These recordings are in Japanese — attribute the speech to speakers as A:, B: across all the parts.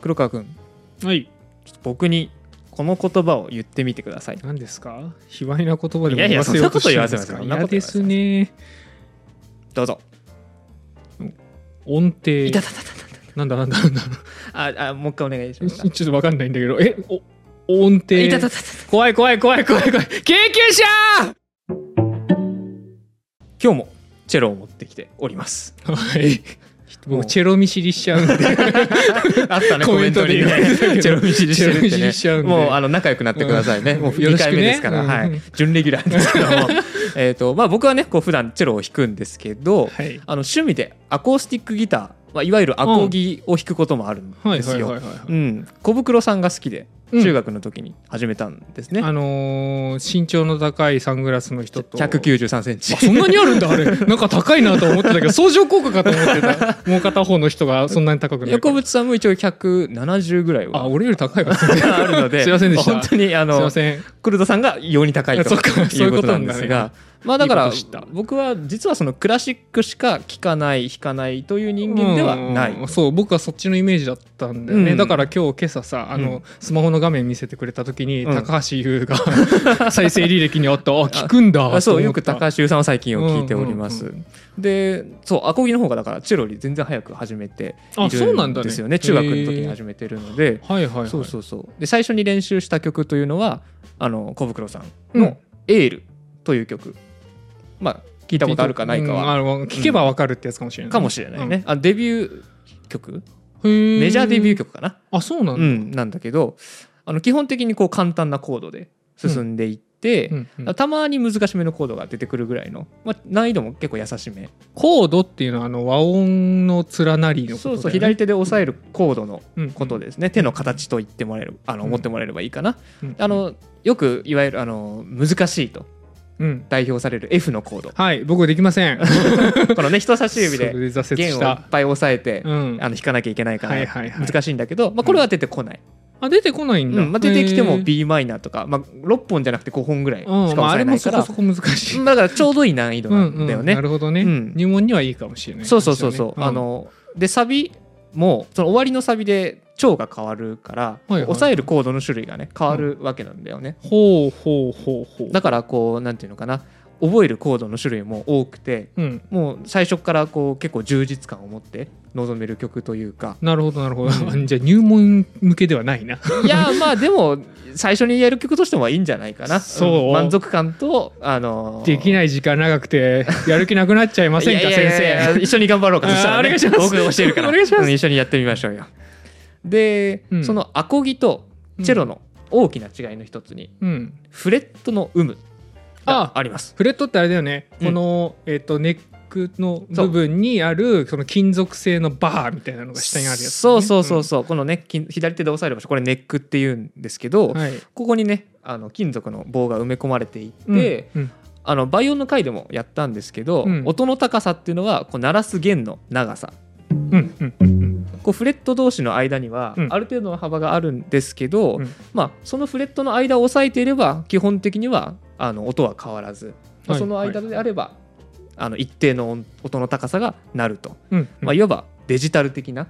A: 黒川君
B: はい
A: ちょっと僕にこの言葉を言ってみてください
B: 何ですか卑猥な言葉でも
A: いやいや
B: 言わせようとしてるんです
A: そ
B: か
A: んな
B: 嫌
A: こと言わ
B: で
A: せ
B: す
A: ません
B: ね
A: どうぞ
B: 音程
A: いたたたた
B: なんだなんだなんだ
A: たああもう一回お願いします
B: ちょっとわかんないんだけどえお音程
A: いたたたた
B: 怖い怖い怖い怖い怖い救急車
A: 今日もチェロを持ってきております
B: はい
A: もう
B: 僕チェロ見知りしちゃうんで
A: あったね
B: コ
A: コ
B: メ
A: メ
B: ン
A: ン
B: ト
A: ト
B: で
A: に
B: 言わ
A: ね
B: れてたけど
A: チェロ見知りしてるって
B: チェロ見知りしちゃう
A: ね
B: んで
A: もうあの仲良くなってくださいね、もう
B: よろ
A: 2
B: し
A: 回
B: くね
A: 目ですから、
B: うん
A: はい準レギュラーです けどもえっとまあ僕はねこう普段チェロを弾くんですけど、
B: はい
A: あの趣味でアコースティックギター、まあ、いわゆるアコギを弾くこともあるん
B: はい
A: です
B: はい
A: よ、
B: はいはいは
A: う
B: い
A: ん、小袋さんが好きで
B: うん
A: 中学の時に始めたんですね、
B: あのー身長の高いサングラスの人と
A: 193センチ
B: あそんなにあるんだあれなんか高いなと思ってたけど相乗効果かと思って たもう片方の人がそんなに高くない
A: 横渕さんも一応170ぐらい
B: あ
A: は
B: 俺より高いわす
A: あるので
B: すいませんでした
A: 本当にあ
B: いま
A: の
B: せん
A: 黒田さんが異様に高いと
B: そっかそう
A: い
B: いう
A: う
B: こ
A: ことと
B: な
A: なんん
B: だ
A: で
B: ね
A: すがまあだから
B: いいこと知った
A: 僕は実はそのクラシックしか聴かない弾かないという人間ではない
B: うんそう僕はそっちのイメージだったんだよね、
A: うん
B: だから今日今朝さあの、
A: うん
B: スマホの画面見せてくれた時に、
A: うん
B: 高橋 優が再生履歴にあったあ聞くんだ
A: あそう
B: と思
A: よ
B: っ
A: く
B: た
A: 高橋優さんは最近を聞いておりま
B: うん
A: す
B: う
A: でそうアコギの方がだからチェロより全然早く始めて
B: あ
A: い
B: そうな
A: る
B: ん
A: ん
B: だね
A: ですよね中学の時
B: へ
A: に
B: ー
A: 始めてるので
B: はいはいはい
A: そうそうそうで最初に練習した曲というのはあの小袋さん
B: うん
A: の「エール」という曲、まあ聞いたことあるかないか
B: うんあ
A: は
B: の聞けばわかるってやつかもしれない、
A: かもしれないね、あデビュー曲
B: うん、へ
A: メジャーデビュー曲かな、
B: あそうなん
A: う
B: だ、
A: ん、なんだけどあの基本的にこう簡単なコードで進んでいって、
B: うんうん
A: たまに難しめのコードが出てくるぐらいの、まあ、難易度も結構優しめ
B: コードっていうのはあの和音の連なりのことだ
A: そ
B: よ、
A: う
B: ね、
A: そう左手で押さえるコードの
B: うん
A: ことですね、手の形と言ってもらえるあの
B: うん
A: 思ってもらえればいいかな、
B: うん
A: あのよくいわゆるあの難しいと
B: うん
A: 代表される F のコード
B: はい僕できません
A: こ のね人差し指
B: それ
A: で
B: で挫折
A: 弦
B: し
A: をい
B: た
A: っぱい押さえて、
B: うん
A: あの弾かなきゃいけないから、
B: はいはいはい
A: 難しいんだけど、まあ、これは出てこない、
B: あ出てこないんだ、
A: うんまあ、出てきて
B: へ
A: も
B: ー
A: b マイナーとか、まあ、6本じゃなくて5本ぐらいしか
B: うんまあ、
A: 押
B: あ
A: さ
B: れ
A: えな
B: も
A: い
B: そ
A: か
B: こ
A: ら、
B: そこ難しい
A: うんだからちょうどいい難易度
B: う
A: なんんだ
B: う
A: よ
B: ん、
A: ね、
B: なるほどね、
A: うん
B: 入門にはいいかもしれない
A: そうそうそうそう、
B: 感じだね
A: あのでサビもその終わりのサビで調が変わるから、
B: いはい
A: 押さえるコードの種類がね変わるわけなんだよね、
B: ほうほうほうほう
A: だからこうなんていうのかな覚えるコードの種類も多くて
B: うん
A: もう最初からこう結構充実感を持って臨める曲というか
B: なるほどなるほど、じゃあ入門向けではないない
A: やまあでも最初にやる曲としてもいいんじゃないかな
B: そうん
A: 満足感とあの
B: でき
A: い
B: ない時間長くてやる気なくなっちゃいませんか
A: いやいやいやいや
B: 先
A: 一緒に頑張ろうか
B: あー
A: そしたら、ね、
B: お願いします
A: 僕が教えるから
B: お願いします
A: うん一緒にやってみましょうよで、
B: うん
A: そのアコギと
B: 生
A: チェロの大きな違いの一つに、
B: うん
A: フレットの有無があります
B: フレットってあれだよね、
A: うん
B: この、えっとネックの部分にあるその金属製のバーみたいなのが下にあるやつ、ね、
A: そうそうそうそう、このね金左手で押さえる場所これネックっていうんですけど、
B: うんはい
A: ここにねあの金属の棒が埋め込まれていて、
B: うんうん
A: あの倍音の回でもやったんですけど、
B: うん
A: 音の高さっていうのはこう鳴らす弦の長さ
B: うんうんうん
A: こうフレット同士の間には
B: うん
A: ある程度の幅があるんですけど、
B: うん
A: まあ、そのフレットの間を押さえていれば基本的にはあの音は変わらず、まあ
B: はい
A: その間であれば、あの一定の音音の高さがなると、
B: うんうん
A: まあ、いわばデジタル的な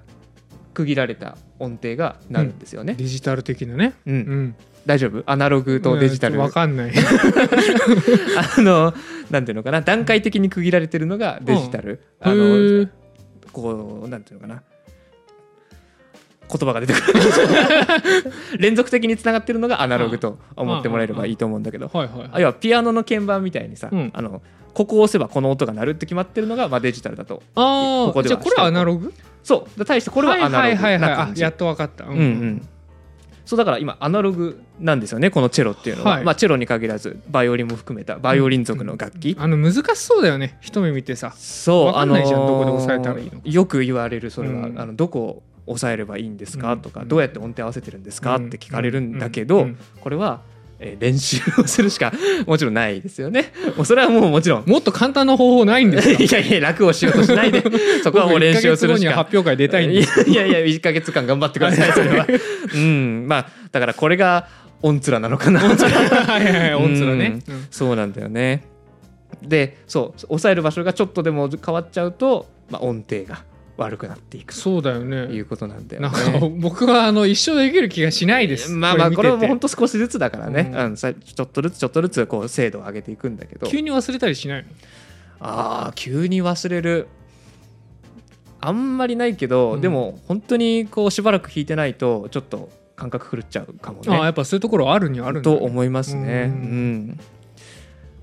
A: 区切られた音程がなるんですよね。
B: デジタル的なね、
A: うん
B: うん、
A: 大丈夫アナログとデジタル、
B: うんわ
A: あ
B: かんない
A: のなんていうのかな段階的に区切られてるのがデジタル、あ
B: へ
A: の
B: ー
A: こうなんていうのかな言葉が出てくる連続的につながってるのがアナログと思ってもらえればいいと思うんだけど
B: はいはい
A: あ要はピアノの鍵盤みたいにさ、
B: うん
A: あのここを押せばこの音が鳴るって決まってるのが、まあ、デジタルだと
B: あ
A: ここ
B: あ、
A: で
B: じゃ
A: は
B: あこれはアナログ
A: そう対してこれはアナログ
B: はいはいはい
A: な
B: はい
A: 感。
B: あ
A: じ
B: やっとわかった。う
A: うんうんそうだから今アナログなんですよねこのチェロっていうのは、
B: はい
A: まあ、チェロに限らずバイオリンも含めたバイオリン族の楽器、
B: あの難しそうだよね。一目見てさ。
A: そう
B: わかんないじゃん
A: あのー
B: どこで押さえたらいいのか
A: よく言われるそれは、
B: うん
A: あのどこを押さえればいいんですか、
B: うん
A: とかどうやって音程合わせてるんですか、
B: う
A: っ
B: ん
A: て聞かれるんだけど、
B: うんうん
A: これは、えー練習をするしかもちろんないですよねもうそれはもうもちろん
B: もっと簡単な方法ないんです か。
A: いやいや楽をしようとしないでそこはもう練習をするし
B: 僕一ヶ月後には
A: か
B: 発表会出たいんです。
A: いやいやいや1か月間頑張ってくださいそれはうんまあだからこれがオンツラなのかな
B: はいはいはい、音つらね。
A: う
B: うん
A: そうなんだよねでそう押さえる場所がちょっとでも変わっちゃうと、まあ、音程が悪くなっていく
B: そうだよ
A: とい
B: ね
A: うことなんだよ
B: なん
A: ね。
B: か僕はあの一生できる気がしないです
A: まあまあこれはもう本
B: 当
A: 当少しずつだからね、
B: うん
A: うんさちょっとずつちょっとずつこう精度を上げていくんだけど
B: 急に忘れたりしないの
A: あー急に忘れるあんまりないけど、
B: うん
A: でも本当にこうしばらく弾いてないとちょっと感覚狂っちゃうかも
B: ああ
A: ね
B: やっぱそういうところあるにはあるんだ
A: と
B: ね
A: 思いますね。
B: う
A: うんん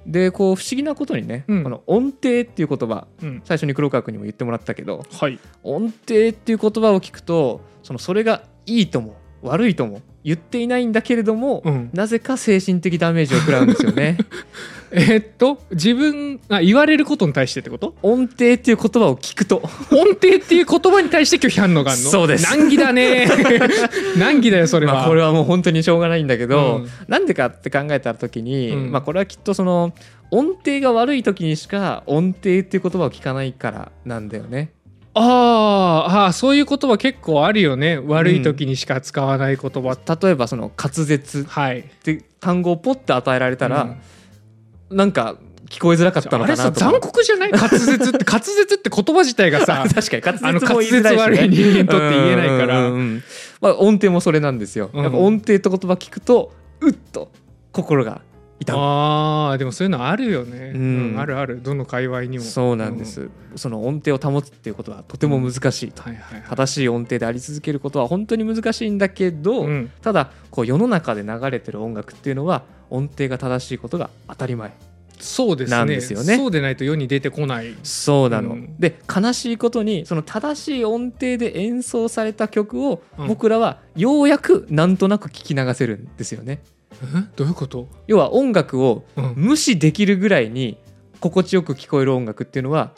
A: でこう不思議なことにね、
B: うん
A: この音程っていう言葉
B: うん
A: 最初に黒川君にも言ってもらったけど
B: はい
A: 音程っていう言葉を聞くとそのそれがいいとも悪いとも言っていないんだけれども、
B: うん
A: なぜか精神的ダメージを食らうんですよ ね。
B: えーっと自分あ言われることに対してってこと
A: 音程っていう言葉を聞くと
B: 音程っていう言葉に対して拒否反応があるの
A: そうです
B: 難儀 だね難儀だよそれは、
A: まあ、これはもう本当にしょうがないんだけど、
B: うん
A: なんでかって考えた時に、
B: うん
A: まあ、これはきっとその音程が悪い時にしか音程っていう言葉を聞かないからなんだよね。
B: あーあーそういう言葉結構あるよね悪い時にしか使わない言葉、
A: 例えばその滑舌
B: はい
A: って単語をポッて与えられた
B: うん
A: ら、なんか聞こえづらかったの
B: あ
A: か
B: れ
A: な
B: さ
A: と思
B: 残
A: う。
B: 酷じゃない滑 舌って滑舌って言葉自体がさ
A: 確かに
B: あ
A: 滑
B: の
A: 舌も
B: 滑
A: 言いづ
B: 舌
A: らいし、ね、
B: 悪い人間にとって言えないから
A: うんうんうんうんまあ、音程もそれなんですよ、
B: うん
A: やっぱ音程って言葉聞くとうっと心が痛む
B: あーでもそういうのあるよね、う
A: うんん
B: あるあるどの界隈にも
A: そうなんです、その音程を保つっていうことはとても難しいと、
B: はいはいはい
A: 正しい音程であり続けることは本当に難しいんだけど、
B: うん
A: ただこう世の中で流れてる音楽っていうのは音程が正しいことが当たり前
B: そうですね
A: なんですよね
B: そうでないと世に出てこない
A: そうなの、
B: うん
A: で悲しいことにその正しい音程で演奏された曲を
B: うん
A: 僕らはようやくなんとなく聞き流せるんですよね、
B: えどういうこと、
A: 要は音楽を
B: うん
A: 無視できるぐらいに心地よく聞こえる音楽っていうのは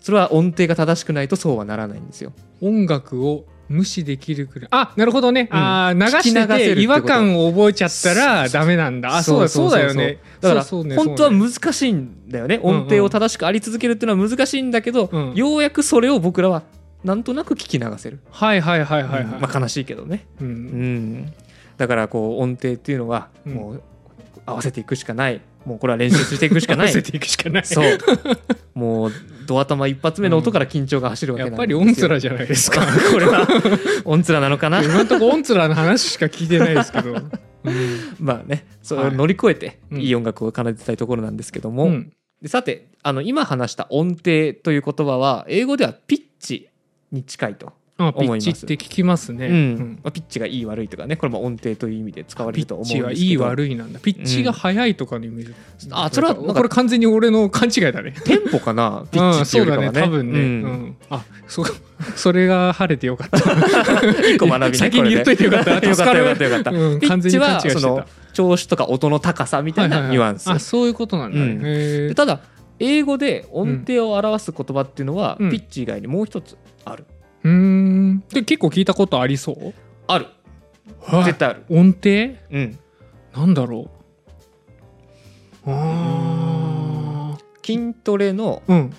A: それは音程が正しくないとそうはならないんですよ
B: 音楽を無視できるくらいあなるほどね、
A: うん
B: ああ流し
A: 聞き流
B: て
A: せる
B: て
A: ってこと
B: 違和感を覚えちゃったらダメなんだあそうだそうだよね
A: だから
B: そうそうね
A: 本当は難しいんだよね
B: うんうん
A: 音程を正しくあり続けるっていうのは難しいんだけど、
B: うん
A: ようやくそれを僕らはなんとなく聞き流せる、
B: はいはいはいはいはい、
A: うんまあ、悲しいけどね、
B: う
A: うんん、だからこう音程っていうのは
B: うん
A: もう合わせていくしかないもうこれは練習していくしかない
B: 合わせていくしかない
A: そうもうド頭一発目の音から緊張が走るわけ
B: や
A: なんで
B: っ
A: す
B: ぱ
A: よ
B: りオンツラじゃないですか
A: これはオンツラなのかな
B: 今んとこオンツラの話しか聞いてないで すけど、うん
A: まあねそれ
B: は
A: を
B: い
A: 乗り越えて
B: うん
A: いい音楽を奏でたいところなんですけども、
B: うん
A: でさてあの今話した音程という言葉は英語ではピッチに近いと、
B: あピ
A: 思いま
B: ッ
A: す
B: チって聞きますね、
A: うんまあ、ピッチがいい悪いとかねこれも音程という意味で使われ
B: ピ
A: ると思
B: ッ
A: うん
B: チは
A: です
B: い
A: け
B: い
A: ど
B: 悪いなんだピッチが速いとかのイメージ、
A: うんあそれはなんか
B: これ完全に俺の勘違いだね
A: テンポかなピッチっていうよりかはね,、
B: うんそうだね多分ね、うんあそうそれが晴れてよかった
A: 一個学びね
B: 先に言っといてよかった
A: これでよかったよか
B: 助かる
A: ったよかった、
B: うん
A: ピ
B: 完
A: ッ
B: 全
A: チ
B: に勘違い
A: は
B: してた
A: その調子とか音の高さみたいなニュアンス、
B: あそういうことなんだ
A: うん
B: ね、へ
A: で
B: ー
A: ただ英語で音程を表す言葉っていうのは、
B: うん
A: ピッチ以外にもう一つある、
B: うーんで結構聞いたことありそう
A: ある絶対ある
B: 音程
A: うん
B: なんだろうあ
A: 筋トレの
B: ーうん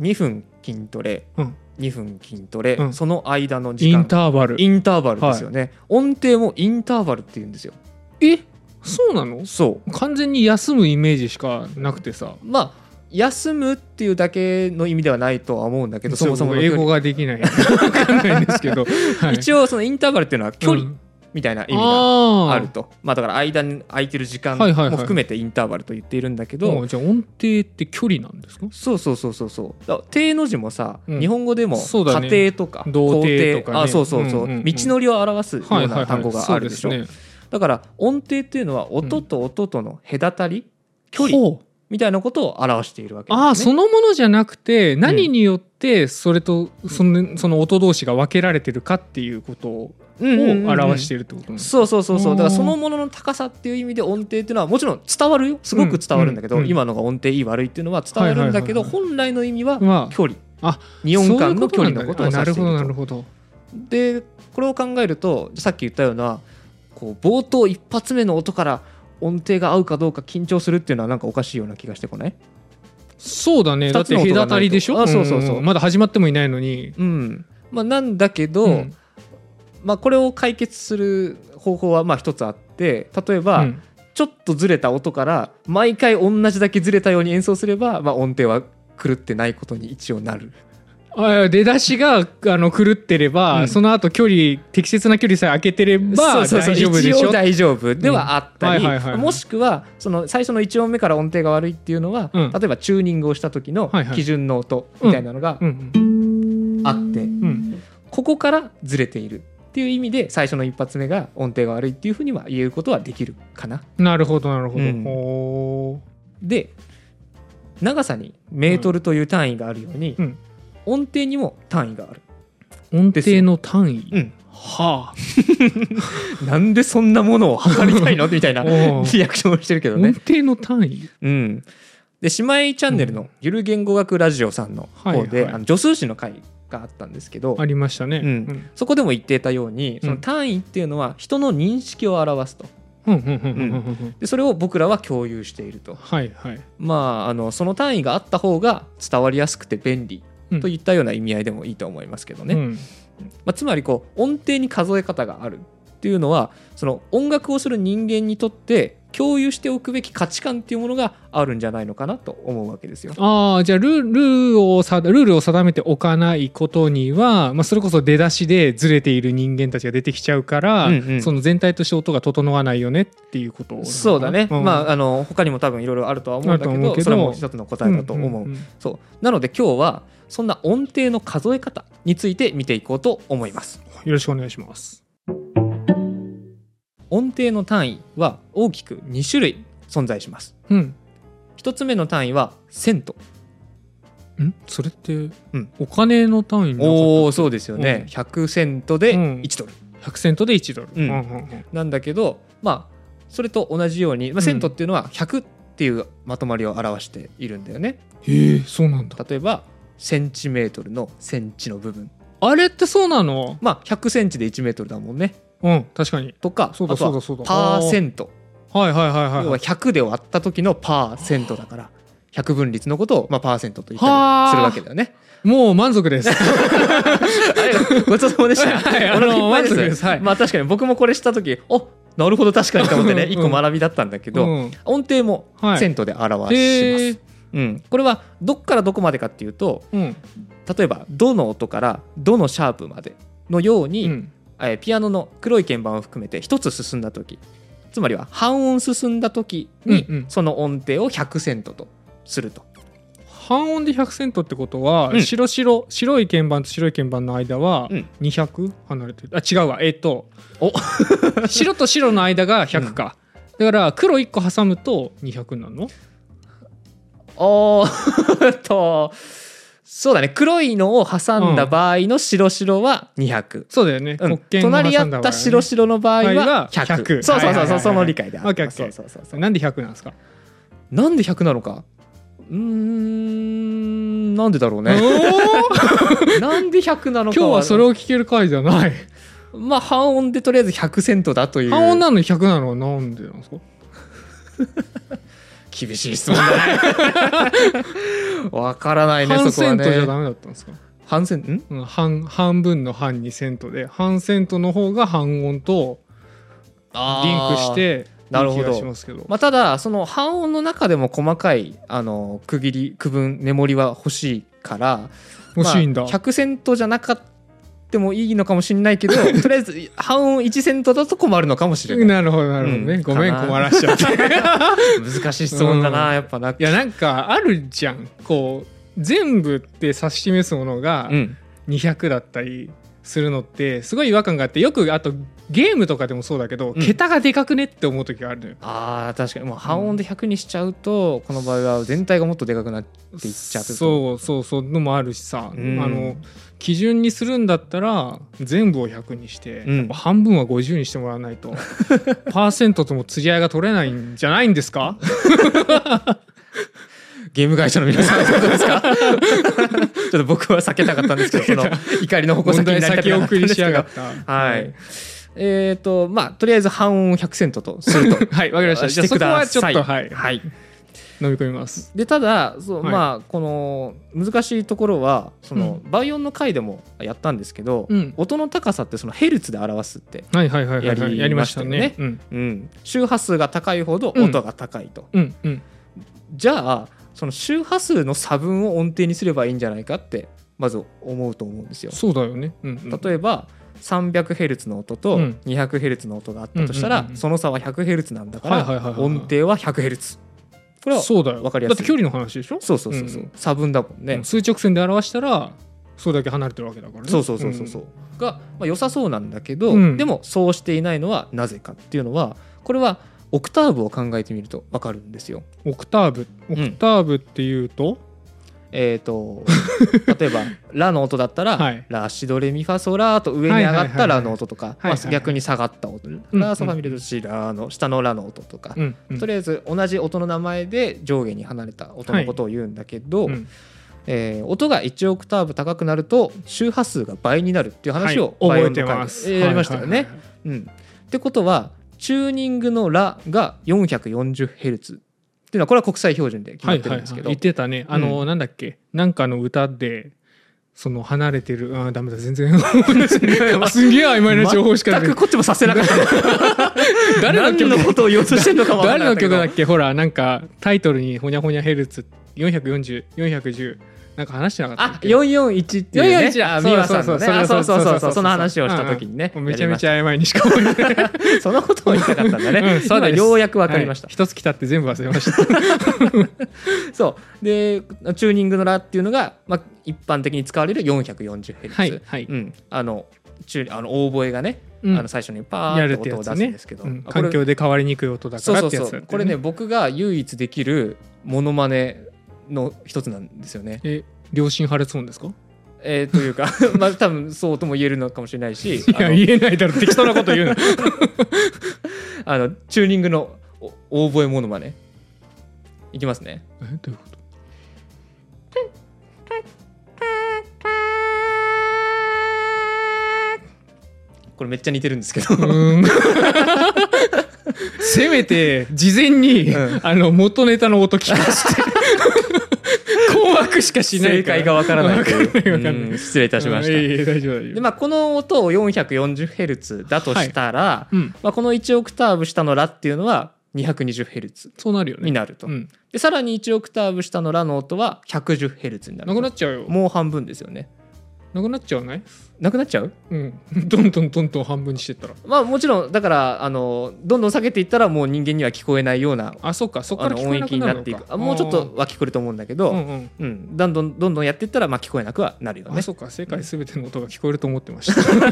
A: 2分筋トレ、
B: うん
A: 2分筋トレ、
B: うん
A: その間の時
B: イ
A: 間
B: ンターバル
A: インターバルですよね、音程もインターバルって言うんですよ
B: えそうなの
A: そう
B: 完全に休むイメージしかなくてさ
A: まあ休むっていうだけの意味ではないとは思うんだけどそもそも
B: 英語がで きないわかんないんですけど、はい
A: 一応そのインターバルっていうのは距離
B: うん
A: みたいな意味が
B: あ
A: あると、まあだから間に空いてる時間
B: はいはいはい
A: も含めてインターバルと言っているんだけど、
B: どじゃあ音程って距離なんですか
A: そうそうそうそうそうだから定の字もさ、
B: うん
A: 日本語でも
B: そうだね
A: 家庭とか
B: 童貞
A: 校
B: とかね
A: 庭あそうそうそう,、
B: うんうんうん
A: 道のりを表すような単語があるでしょ、
B: そうすね
A: だから音程っていうのは音と音との隔たり、距離
B: ほう
A: みたいなことを表しているわけです、ね、
B: ああそのものじゃなくて何によってそれとそのその音同士が分けられてるかっていうことを
A: うんうんうんうん
B: 表しているってことなんです
A: そうそうそうそうだから
B: おー
A: そのものの高さっていう意味で音程っていうのはもちろん伝わるよすごく伝わるんだけど、
B: うんうんうん
A: 今のが音程いい悪いっていうのは伝わるんだけど、
B: はいはい
A: 本来の意味は
B: まあ
A: 距離
B: あ
A: 二音間の距離のことを
B: あ
A: 指
B: な
A: して
B: る
A: い
B: ほどな
A: る
B: る
A: と
B: ほど
A: でこれを考えるとさっき言ったようなこう冒頭一発目の音から音程が合うかどうか緊張するっていうのはなんかおかしいような気がしてこない
B: そうだねだ
A: 二
B: っ
A: つの音が
B: て隔たりでしょ
A: ないとあそうそうそうん
B: んんまだ始まってもいないのに
A: うんまあ、なんだけど、
B: うん
A: まあ、これを解決する方法はまあ一つあって例えば、
B: うん
A: ちょっとずれた音から毎回同じだけずれたように演奏すれば、まあ、音程は狂ってないことに一応なる
B: あ出だしがあの狂ってれば、
A: うん
B: その後距離適切な距離さえ開けてれば
A: そう
B: 大
A: そうそう
B: 丈夫でし
A: 一
B: ょ
A: 応大丈夫ではあったり、
B: うんはいはいはいはい
A: もしくはその最初の1音目から音程が悪いっていうのは、
B: うん
A: 例えばチューニングをした時の
B: はいはい
A: 基準の音みたいなのが
B: うん
A: あって、
B: うんうん
A: ここからずれているっていう意味で最初の一発目が音程が悪いっていうふうには言うことはできるかな。
B: なるほどなるほど、
A: うん
B: ほ
A: で長さにメートルという単位があるように、
B: うん
A: 音程にも単位がある。
B: ー音程の単位、
A: うん
B: は
A: なんでそんなものを測りたい のみたいな
B: あおー
A: リアクションをしてるけど
B: 音
A: ね。
B: 程の単位
A: うん、で姉妹チャンネル
B: う
A: のゆる言語学ラジオさんの方で、
B: はいはい
A: あの助数詞の回があったんですけど
B: ありましたね、
A: うんそこでも言っていたように
B: う
A: そ
B: ん
A: の単位っていうのは人の認識を表すと
B: うんうんうんうんうんうんうん
A: でそれを僕らは共有していると
B: はいはい
A: まああのその単位があった方が伝わりやすくて便利
B: うん
A: といったような意味合いでもいいと思いますけどね、
B: うん
A: まあ、つまりこう音程に数え方があるっていうのはその音楽をする人間にとって共有しておくべき価値観っていうものがあるんじゃないのかなと思うわけですよ。
B: ああじゃあルールーをさルールを定めておかないことには、まあ、それこそ出だしでずれている人間たちが出てきちゃうから、
A: うんうん
B: その全体として音が整わないよねっていうことなのかな
A: そうだね、
B: ん
A: まああの他にも多分いろいろあるとは思うんだけ
B: あると思う
A: ど
B: けど
A: それも一つの答えだと思う,、
B: んんん
A: そうなので今日はそんな音程の数え方について見ていこうと思います
B: よろしくお願いします
A: 音程の単位は大きく2種類存在します
B: うん
A: 一つ目の単位はセント
B: んそれって、
A: ん
B: お金の単位の
A: おおそうですよね、
B: うん
A: 100セントで
B: うん
A: 1ドル
B: 100セントで1ドル、
A: うん
B: うんうん
A: なんだけどまあそれと同じように、まあ、セントっていうのは100っていうまとまりを表しているんだよね
B: へえそうなんだ
A: 例えばセンチメートルのセンチの部分
B: あれってそうなの
A: まあ100センチで1メートルだもんね
B: うん確かに
A: とか
B: そうだ
A: あとは
B: そうだそうだ
A: パーセント
B: はいはいはいは
A: 要
B: いは
A: はい100で割った時のパーセントだから100分率のことを、まあ、パーセントと言ったりするわけだよね。
B: もう満足 です
A: はいごちそうさまでした。
B: はい
A: お腹いっぱい
B: あの満足
A: で。
B: ですすはい
A: まあ確かに僕もこれした時おなるほど確かにと思ってね
B: うん
A: 一個学びだったんだけど、
B: うん
A: 音程も
B: はい
A: セントで表します、
B: へえ
A: うん。これはどっからどこまでかっていうと
B: うん
A: 例えば「ド」の音から「ド」のシャープまでのように、
B: うん
A: えーピアノの黒い鍵盤を含めて一つ進んだ時つまりは半音進んだ時に、
B: うんうん
A: その音程を100セントとすると。
B: 半音で100セントってことは、
A: うん
B: 白白白い鍵盤と白い鍵盤の間は
A: うん
B: 200離れてるあ違うわえっ、と 白と白の間が100か、だから黒1個挟むと200になるの
A: おーっ とそうだね黒いのを挟んだ場合の白白は200。
B: そうだよね、
A: うん
B: 黒鍵を挟んだ
A: 隣り合った白白の場合
B: 場合
A: は
B: は
A: 100,
B: 100
A: そうそう
B: はい
A: そ
B: は
A: う
B: い
A: そ
B: は
A: う
B: い
A: その理解であ
B: オ
A: っ
B: ッケー
A: た
B: オッケ
A: そ
B: ー
A: うそうそうそう
B: なんで100なんですか、
A: なんで100なのかうーん なんでだろう
B: お
A: ね
B: ー
A: なんで100なの
B: 今
A: か
B: 日はそれ
A: を
B: を聞ける回じゃない
A: まあ半音でとりあえず100セントだという
B: 半音なのに100なのはなんでなんですか
A: 厳しい質問だ ね。わからないね、
B: 半
A: そこ
B: セ
A: は
B: ントじゃ
A: ね。
B: ダメだったんですか、
A: 半セント、ん
B: うん、半半分の半にセントで半セントの方が半音とリンクし。て
A: なるほど
B: いい気がしますけど
A: まあ、ただ、その半音の中でも細かい、あの、区切り、区分、メモリは欲しいから、
B: 欲しいんだ、
A: まあ100セントじゃなかってもいいのかもしれないけ ど、とりあえず半音1セントだと困るのかもしれない。
B: なるほどなるほどね、
A: うん
B: ごめん
A: かな
B: 困らしちゃって
A: 難しい質問だ
B: う
A: な、
B: ん
A: やっぱな。
B: いやなんかあるじゃんこう全部って指し示すものが
A: うん。
B: 200だったりするのってすごい違和感があってよくあとゲームとかでもそうだけど、
A: うん
B: 桁がでかくねって思う時があるのよ
A: ああ、確かに。もう半音で100にしちゃうと、この場合は全体がもっとでかくなっていっちゃうと。
B: そうそうそうのもあるしさ、
A: うん
B: あの基準にするんだったら全部を100にして、
A: うん
B: やっぱ半分は50にしてもらわない とパーセントとも釣り合いが取れないんじゃないんですか
A: ゲーム会社の皆さん、どうです かちょっと僕は避けたかったんですけど、その怒りの矛
B: 問
A: 先に
B: 題
A: なりたくなかった
B: 先送
A: んで
B: り
A: す
B: し
A: け
B: やが
A: ど
B: っ。た。
A: はい。えっ、と、まあ、とりあえず半音100セントとすると。
B: はい、わかりました。じゃあ
A: して
B: そ
A: く
B: こ
A: だ
B: はちょ
A: さ
B: っ
A: い
B: と、はい、
A: はい。
B: 飲み込みます。
A: で、ただ、そう
B: はい
A: まあ、この難しいところは、その、倍音の回でもやったんですけど、
B: うん
A: 音の高さってそのヘルツで表すって、
B: はいはいはいはい、
A: や
B: は
A: り
B: い、やりましたね。うん
A: うん、周波数が高いほど音が高いと。
B: うんうん。
A: じゃあ、その周波数の差分を音程にすればいいんじゃないかってまず思うと思うんですよ。
B: そうだよね。うんうん、
A: 例えば 300Hz の音と
B: うん
A: 200Hz の音があったとした
B: うんうん
A: ら
B: うんうん
A: その差は 100Hz なんだか
B: はいはいはい
A: ら
B: はいはい
A: 音程は 100Hz これは
B: そうだよ。
A: わかりやすい
B: だって距離の話でしょ。
A: そうそうそうそううん差分だもんね
B: うん数直線で表したらそれだけ離れてるわけだからね。
A: そうそうそうそうそう、が、まあ、良さそうなんだけど、
B: うん
A: でもそうしていないのはなぜかっていうのはこれはオクターブを考えてみると分かるんですよ。
B: うんオクターブオクターブっていうと、
A: えー、 と例えば「ラ」の音だったら「
B: はい
A: ラシドレミファソラ」と上に上がった「ラ」の音とか、
B: はいはいはい
A: まあ、逆に下がった音「
B: うん
A: ラ」ソファミレドシラの下の「ラ」の音とか、
B: うんうん
A: とりあえず同じ音の名前で上下に離れた音のことを言うんだけど、
B: うん
A: えー音が1オクターブ高くなると周波数が倍になるっていう話を、
B: は
A: 倍音
B: い覚え
A: の
B: て
A: 回で
B: ます。
A: えーやりましたよね。
B: はいはいはい
A: うん、ってことはチューニングの「ラ」が 440Hz っていうのはこれは国際標準で決ま
B: は
A: っ
B: い
A: て
B: はい
A: るんで
B: はい
A: すけど、
B: 言ってたねあの、なんだっけなんかの歌でその離れてるあーダメだ全然 すげえ曖昧な情報しか出
A: 全
B: て
A: くこっちもさせなかった
B: 誰の曲
A: 何のことを言おうとしてんのかも
B: 誰の曲だっ
A: け
B: けほらなんかタイトルに「ほにゃほにゃヘルツ440410」なんか話してなかった
A: あ
B: っけ
A: 441っていうね
B: 441あ
A: あ美和さんのね
B: そうそうそう
A: あそうそうそうそうその話を
B: うん
A: し
B: うん
A: た時にね
B: もうめちゃめち
A: ゃ
B: ゃ曖昧にしか思えない
A: そのことを言いたかったんだね、
B: うんそう
A: 今
B: で す
A: ようやくわかりました
B: はい、一月経って全部忘れました
A: そうでチューニングの「ラ」っていうのが、まあ、一般的に使われる 440Hz、
B: はいはい、
A: うん、あのチューあのオーボエがね、
B: うん
A: あの最初にパ
B: や
A: ー
B: る
A: ン
B: って
A: と音
B: や
A: を出す
B: つ
A: ん
B: ね
A: ですけど、
B: うん
A: あこれ
B: 環境で変わりにくい音だか
A: そう
B: ら
A: そ
B: っ
A: う
B: てや
A: そ
B: つだ
A: う
B: った
A: こ
B: よ
A: れね僕が唯一できるモノマネの一つなんですよね。
B: え良心破裂音ですか
A: えーというか まあ多分そうとも言えるのかもしれないし
B: いや
A: あの
B: 言えないだろ適当なこと言う な
A: あのチューニングのおオーボエモノマネいきますね。
B: えどういうこと
A: これめっちゃ似てるんですけど
B: うーんせめて事前に、
A: うん
B: あの元ネタの音聞か して困惑しか しな
A: 正
B: いから
A: 解がわからないとい
B: わかんないわかんな
A: う
B: い
A: うん失礼いたしまし
B: うんい
A: た。
B: えいえ大丈夫大丈夫
A: でまあこの音を 440Hz だとしたら、
B: うん
A: まあ、この1オクターブ下の「ラ」っていうのは 220Hz
B: そうなるよね
A: になると、
B: うん、
A: でさらに1オクターブ下の「ラ」の音は 110Hz になる
B: なくなっちゃうよ
A: もう半分ですよね
B: なくなっちゃわない
A: なくなっちゃう
B: うんどんどんどんどん半分にしてったら
A: まあもちろんだからあのどんどん下げていったらもう人間には聞こえないような
B: あそっかそっか
A: あ
B: ら
A: の
B: 聞
A: 音
B: こえな
A: 域
B: く
A: に
B: な
A: な
B: る
A: っ
B: の
A: ていく
B: か
A: あもうちょっとは聞こえると思うんだけ
B: あ
A: ど、
B: ー
A: う
B: うん
A: ん
B: うん
A: どんどんどんどんやっていったらまあ聞こえなくはなるよ
B: あ
A: ね
B: そっか世界すべての音が聞こえると思ってました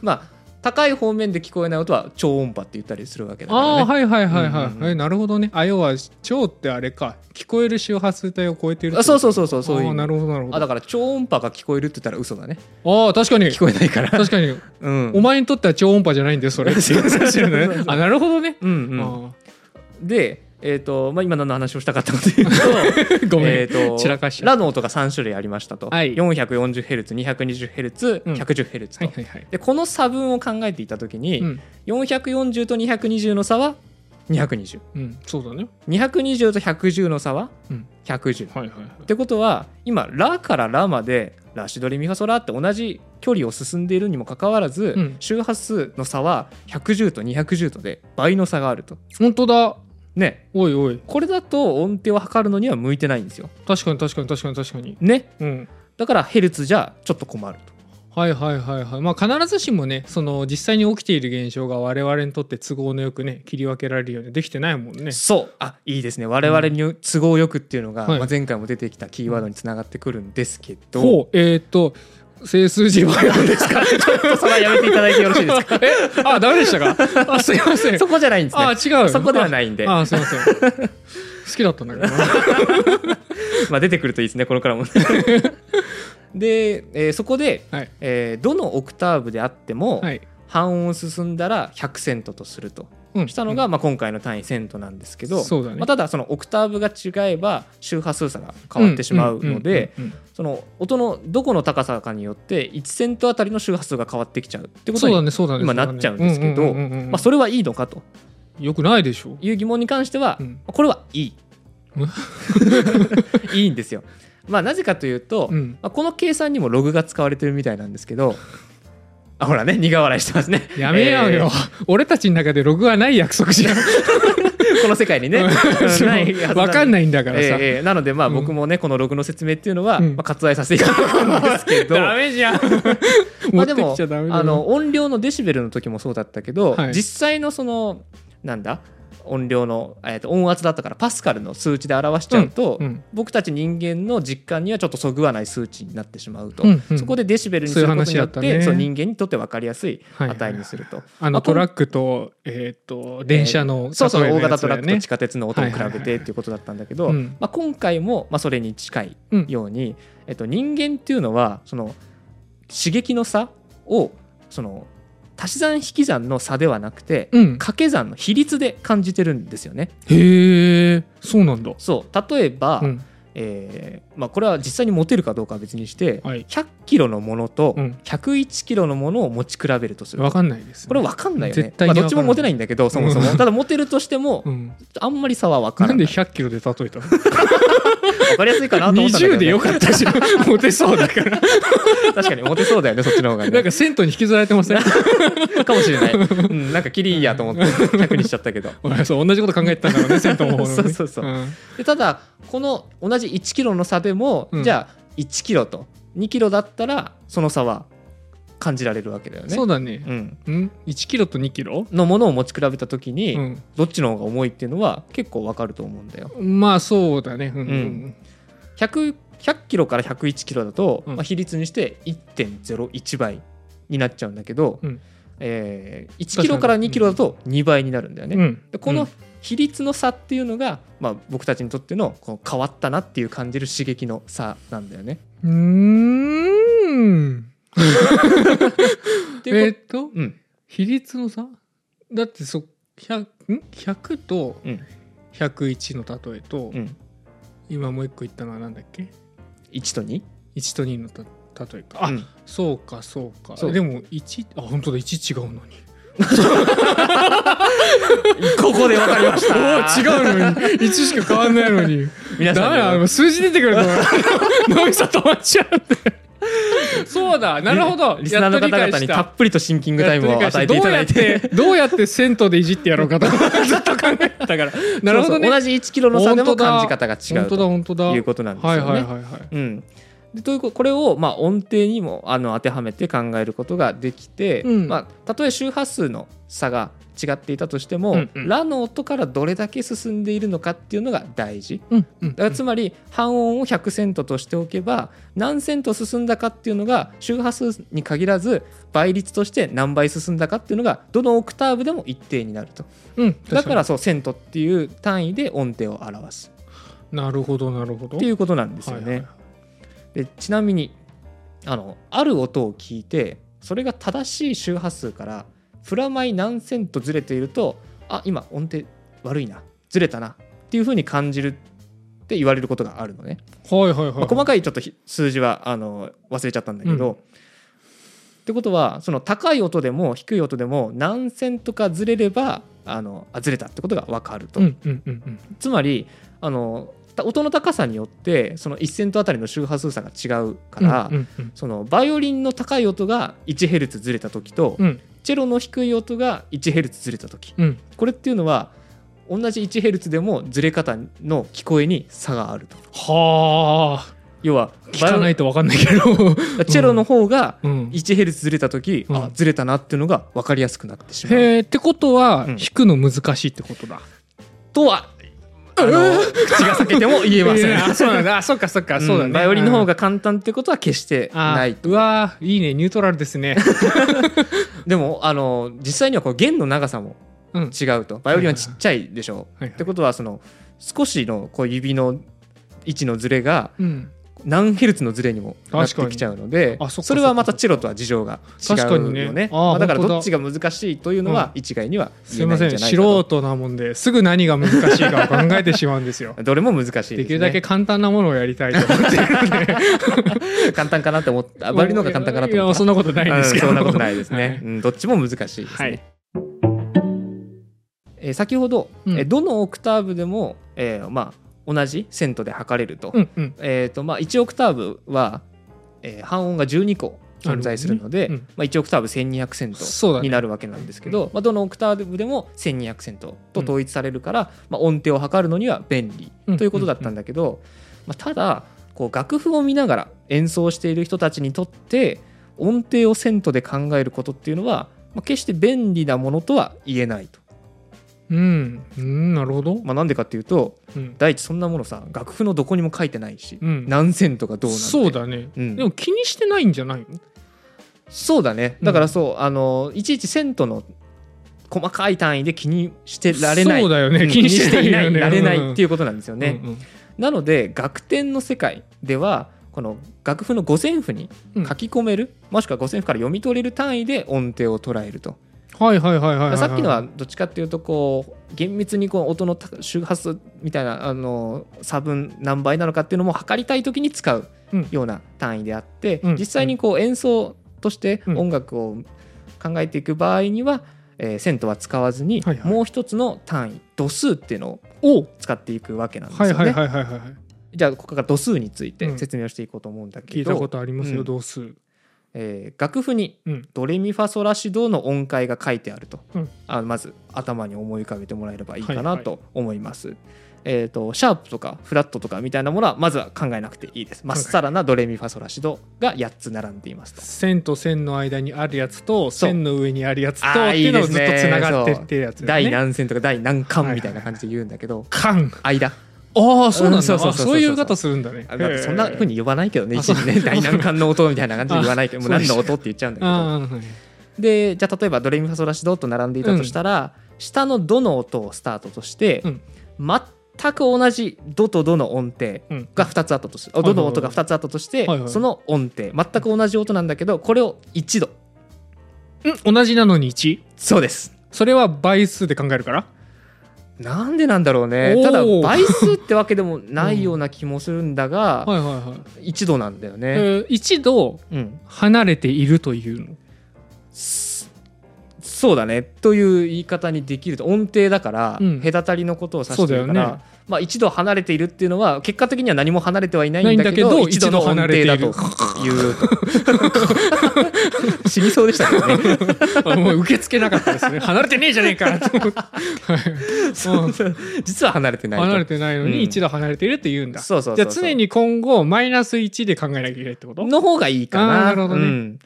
A: まあ高い方面で聞こえない音は超音波って言ったりするわけだからね
B: ああはいはいはいはい、
A: うんうんうん
B: えなるほどねあ要は超ってあれか聞こえる周波数帯を超えてる
A: あそう
B: う
A: そうそうそうそういう意
B: あー
A: 味
B: なるほどなるほど
A: あだから超音波が聞こえるって言ったら嘘だね
B: ああ確かに
A: 聞こえないから、
B: 確かに
A: うん、
B: お前にとっては超音波じゃないんだよそれ
A: そうそうそう
B: ね あなるほどね、
A: うんうん
B: あ
A: で、えーとまあ、今何の話をしたかったかというと
B: ー ごめん、
A: えーと
B: 散らかしちゃ
A: ラの音が3種類ありましたと、
B: はい
A: 440Hz220Hz110Hz と、
B: うんはいはいはい、
A: でこの差分を考えていた時に、
B: うん
A: 440と220の差は220220
B: うん、そうだね
A: と110の差は
B: うん
A: 110、っ
B: はいはいはい
A: てことは今ラからラまでラシドリミファソラって同じ距離を進んでいるにもかかわらず、
B: うん
A: 周波数の差は110と210とで倍の差があると
B: 本当だ
A: ね
B: おいおい
A: これだと音程を測るのには向いてないんですよ。
B: 確かに確かに確かに確かに
A: ね。
B: うん
A: だからヘルツじゃちょっと困ると。
B: はいはいはいはいまあ必ずしもねその実際に起きている現象が我々にとって都合のよくね切り分けられるようにできてないもんね
A: そう。あいいですね。我々に都合よくっていうのが、
B: はい
A: まあ、前回も出てきたキーワードにつながってくるんですけど、
B: ほうえっ、ー、と整数字は何ですか
A: それはやめていただいてよろしいですか
B: えあダメでしたかあすいま せん
A: そこじゃないんです
B: あ
A: ね。
B: 違うよ
A: そこではないんで、
B: ああすい ません好きだったんだけどな
A: まあ、出てくるといいですね、これから も。で、えーそこで、
B: はい
A: えーどのオクターブであっても、
B: はい
A: 半音進んだら100セントとすると。
B: うん
A: したのが、まあ、今回の単位セントなんですけど、
B: そうだね
A: まあ、ただそのオクターブが違えば周波数差が変わってしまうので
B: うんうんうんうん
A: その音のどこの高さかによって1セントあたりの周波数が変わってきちゃうってこと
B: そう
A: に
B: だねそうだね
A: 今なっちゃうんですけどまあ、そ
B: れ
A: れはいいのかと
B: よくないでしょ
A: いう疑問に関しては、
B: うん
A: これはい いいいんですよ。まあ、なぜかというと、
B: うん
A: まあ、この計算にもログが使われてるみたいなんですけ どあほらね苦笑いしてますね。
B: やめようよ、俺たちの中でログはない約束じゃん
A: え この世界にね。
B: そのわかん
A: ない
B: ないんだから
A: え
B: さ、
A: えええなのでまあ
B: うん
A: 僕もね、このログの説明っていうのは、
B: うん
A: まあ、割愛させていただくんですけど
B: メじ ゃん
A: ま
B: 持
A: あ
B: っ
A: で
B: てき
A: も
B: ちゃダメだよ
A: あの音量のデシベルの時もそうだったけど、
B: はい
A: 実際のそのなんだ音量の、えー、と音圧だったからパスカルの数値で表しちゃうと、
B: うん
A: 僕たち人間の実感にはちょっとそぐわない数値になってしまうと、
B: うんうん
A: そこでデシベルにすることによってそ
B: そ
A: う
B: いう話だったね
A: の人間にとって分かりやすい
B: はいはい
A: 値にすると、
B: あの
A: あと
B: トラックと,、えー、と電車の、
A: そうそう大型トラックと
B: ね
A: 地下鉄の音を比
B: はいはい
A: べ
B: はい
A: てっていうことだったんだけど、
B: うん
A: まあ、今回も、まあ、それに近いように、えっと、人間っていうのはその刺激の差をその足し算引き算の差ではなくて、
B: うん、
A: 掛け算の比率で感じてるんですよね。
B: へえそうなんだ、
A: そう例えば、
B: うん
A: えーまあ、これは実際に持てるかどうかは別にして、
B: はい
A: 100キロのものと
B: うん
A: 101キロのものを持ち比べるとすると、
B: わかんないです、ね、
A: これ分かんないよね
B: 絶対に
A: まあ、どっちも持てないんだけどそもそも、
B: うん
A: ただ持てるとしても、
B: うん、
A: あんまり差は分か
B: な
A: ら
B: ん
A: な
B: で
A: い
B: 100キロで例えたの
A: 分かりやすいかなと思ったんだけど、
B: 20
A: ね、
B: でよかったしモテそう だから
A: 確かにモテそうだよねそっちの方が
B: な
A: ね
B: んか銭湯に引きずられてません
A: かもしれない、うん、なんかキリいいやと思って100にしちゃったけど
B: 俺そう同じこと考えてたんだろうね銭湯の方の、ね、
A: そうそうそう
B: うん
A: でただこの同じ1キロの差でも、
B: うん
A: じゃあ1キロと2キロだったらその差は感じられるわけだよね
B: そうだね、
A: うん、
B: うん、1キロと2キロ、
A: のものを持ち比べた時に、
B: うん、
A: どっちの方が重いっていうのは結構わかると思うんだよ
B: まあそうだねうん、
A: うん100 100キロから101キロだと、
B: うん
A: まあ、比率にして1.01倍になっちゃうんだけど、
B: うん
A: えー1キロから2キロだと2倍になるんだよね。
B: うん
A: でこの
B: う
A: 比率の差っていうのが、まあ、僕たちにとってのこの変わったなっていう感じる刺激の差なんだよね。
B: んうーん
A: って
B: え
A: い
B: ー
A: う
B: っと
A: こうん
B: 比率の差だってそ 100, ん100と
A: うん
B: 101の例えと、
A: うん、
B: 今もう一個言ったのはなんだっけ
A: 1と2。
B: 1と2のた例えかあ、
A: うん
B: そうかそうか
A: そう
B: でも1あ本当だ1違うのに
A: ここでわかりまし
B: お
A: た。う。
B: ー違うのに1しか変わんないのに
A: 皆
B: ダ
A: さ
B: メだあ
A: ん
B: の
A: も
B: 数字出てくると 脳みそ止まっちゃうんでそうだなるほど
A: リスナーの方
B: やっ
A: 々
B: と理
A: に
B: 解した
A: っぷりとシンキングタイムを
B: やっと
A: 与え
B: 理解し
A: て
B: た
A: いただいて。
B: どうやってどうやって銭湯でいじってやろう かとずっと考えてたからなるほど
A: そう
B: ね
A: そう同じ1キロの差でも
B: 本当だ
A: 感じ方が違
B: 本
A: う
B: 当だ
A: と
B: 本当だ
A: いうことなんですよ
B: はい
A: ね。
B: はいはいはい
A: うん、でということこれをまあ音程にもあの当てはめて考えることができて、
B: うん
A: まあ、たとえ周波数の差が違っていたとしても、
B: うんうん
A: ラの音からどれだけ進んでいるのかっていうのが大事。
B: うんうん
A: だからつまり半音を100セントとしておけば何セント進んだかっていうのが周波数に限らず倍率として何倍進んだかっていうのがどのオクターブでも一定になると
B: うん
A: だからそうセントっていう単位で音程を表す
B: なるほどなるほど
A: っていうことなんですよね。
B: はいはい
A: でちなみにあのある音を聞いてそれが正しい周波数からプラマイ何セントずれているとあ今音程悪いなずれたなっていうふうに感じるって言われることがあるのね、
B: はいはいはい、
A: まあ、細かいちょっとひ数字はあの忘れちゃったんだけど、
B: うん
A: ってことはその高い音でも低い音でも何セントかずれればあのあずれたってことが分かると、
B: うんうんうんうん
A: つまりあのた音の高さによってその1セントあたりの周波数差が違うから、
B: うんうん
A: そのバイオリンの高い音が 1Hz ずれた時と、
B: うん
A: チェロの低い音が 1Hz ずれた時
B: うん
A: これっていうのは同じ 1Hz でもずれ方の聞こえに差があると
B: はあ
A: 要は
B: 聞
A: バイ
B: か
A: オ
B: ないとわかんないけど、
A: チェロの方が
B: うん、
A: 1Hz ずれた時、
B: うん
A: あずれたなっていうのが分かりやすくなってしまう。
B: へえってことは、
A: うん
B: 弾くの難しいってことだ
A: とはあの口が裂けても言えません。
B: いやあそうなんだあそうかそうか、そうだ
A: う
B: ね
A: んバイオリンの方が簡単ってことは決して
B: あ
A: ないと
B: うわーいいねニュートラルで すね
A: でもあの実際にはこう弦の長さも
B: うん
A: 違うとバイオリンはちっちゃいでしょ、
B: はいはい
A: ってことはその少しのこう指の位置のズレが
B: うん
A: 何ヘルツのズレにもなってきちゃうので
B: 確かにあそっか
A: それはまたチェロとは事情が違う
B: 確かに
A: よ
B: ね
A: ね
B: あー
A: まあだから
B: 本当だ
A: どっちが難しいというのは一概には
B: す
A: 言え
B: い
A: ない
B: ま
A: んじ
B: せ
A: ゃない
B: ん
A: かと
B: 素人なもんですぐ何が難しいかを考えてしまうん ですよ
A: どれも難しいです、ね、
B: できるだけ簡単なものをやりたいと思って
A: 簡単かなって思った あバイオリンの方が簡単かなと思っ
B: いや
A: た
B: そんなことないんですけど、
A: うんそんなことないです
B: は
A: ね。うん、どっちも難しいですね。
B: はい
A: えー先ほど、
B: うん
A: えーどのオクターブでも、えーまあ、同じセントで測れると,、
B: うんうん
A: えーとまあ、1オクターブは、えー半音が12個存在するので
B: なるほどね
A: まあ、1オクターブ1200セント
B: そうだね
A: になるわけなんですけど、まあ、どのオクターブでも1200セントと統一されるから、まあ、音程を測るのには便利
B: うん
A: ということだったんだけど、まあ、ただこう楽譜を見ながら演奏している人たちにとって音程をセントで考えることっていうのは、まあ、決して便利なものとは言えないと。
B: うん、うん、なるほど、
A: まあ、なんでかっていうと
B: うん
A: 第一そんなものさ楽譜のどこにも書いてないし、
B: うん
A: 何セントがどうなんて
B: そうだね、
A: うん
B: でも気にしてないんじゃないの
A: そうだねだからそう、あのいちいちセントの細かい単位で気にしてられない
B: そうだよ
A: う
B: ね
A: ん
B: 気にしていない
A: 気に
B: よね
A: られないって
B: い
A: いうことなんですよ
B: う
A: ね、
B: んうん
A: なので楽天の世界ではこの楽譜の五線譜に
B: うん
A: 書き込める、もしくは五線譜から読み取れる単位で音程を捉えると、
B: はいはいはいはいはい、
A: さっきのはどっちかっていうとこう厳密にこう音の高周波数みたいなあの差分何倍なのかっていうのも測りたい時に使う
B: うん
A: ような単位であって、
B: うん
A: 実際にこう演奏として
B: うん
A: 音楽を考えていく場合には、えーセントは使わずに
B: はいはい
A: もう一つの単位度数っていうの
B: お
A: を使っていくわけなんですよ
B: はい
A: ね。
B: はいはいはいはい
A: じゃあここから度数につい
B: うん
A: て説明をしていこうと思うんだ
B: 聞
A: け
B: い
A: ど、
B: たことありますよ、
A: うん
B: 同数
A: えー楽譜に
B: うん
A: ドレミファソラシドの音階が書いてあると、
B: うん
A: あまず頭に思い浮かべてもらえればいいか
B: はい
A: な
B: はい
A: と思います。えー、とシャープとかフラットとかみたいなものはまずは考えなくていいです。まっさらなドレミファソラシドが8つ並んでいますと。
B: 線と線の間にあるやつと
A: そう
B: 線の上にあるやつと
A: あ
B: っ
A: ー
B: ていうのを
A: いい
B: ず
A: で
B: っ
A: す
B: と
A: ね
B: つながってっていうやつだよ
A: 第
B: ね。
A: 何線とか第何巻みたいな感じで言うんだけど、
B: 巻
A: 間
B: ああそう
A: う
B: なんだ、
A: んそうそうそう
B: あ
A: そう
B: そういう言い方するんだね。
A: あなんかそんなふうに呼ばないけどね
B: へー
A: 一時ね第何巻の音みたいな感じで言わないけど
B: あ
A: もう何の音って言っちゃうんだけど。
B: あーはい
A: でじゃあ例えばドレミファソラシドと並んでいたとしたら、下のドの音をスタートとして、
B: うん
A: 全く同じドとドの音程
B: うん
A: が2つあったとし、
B: いはい
A: ドの音が2つあったとして、
B: はいはい
A: その音程全く同じ音なんだけどこれを1度
B: うん同じなのに 1?
A: そうです
B: それは倍数で考えるから
A: なんでなんだろうね
B: おー
A: ただ倍数ってわけでもないような気もするんだが、
B: はいはいはい。
A: 1度なんだよ
B: え
A: ね、
B: ー、一度
A: うん
B: 離れているという の。
A: すそうだねという言い方にできると音程だから、
B: うん
A: 隔たりのことを指してるか
B: そうだよ
A: ら、まあ、一度離れているっていうのは結果的には何も離れてはいないんだけ
B: な
A: ど
B: いんだけど
A: 一度の音程だと
B: 一度
A: いう 死にそうでしたけどね
B: あもう受け付けなかったですね。離れてねえじゃね えかと思って
A: そううんそう実は離れてないと
B: 離れてないの
A: うん
B: に一度離れているって言うんだ。
A: そうそうそう
B: じ
A: そ
B: ゃ
A: う
B: あ常に今後マイナス1で考えなきゃいけないってこと
A: の方がいいか
B: あー
A: な
B: なるほどね
A: うん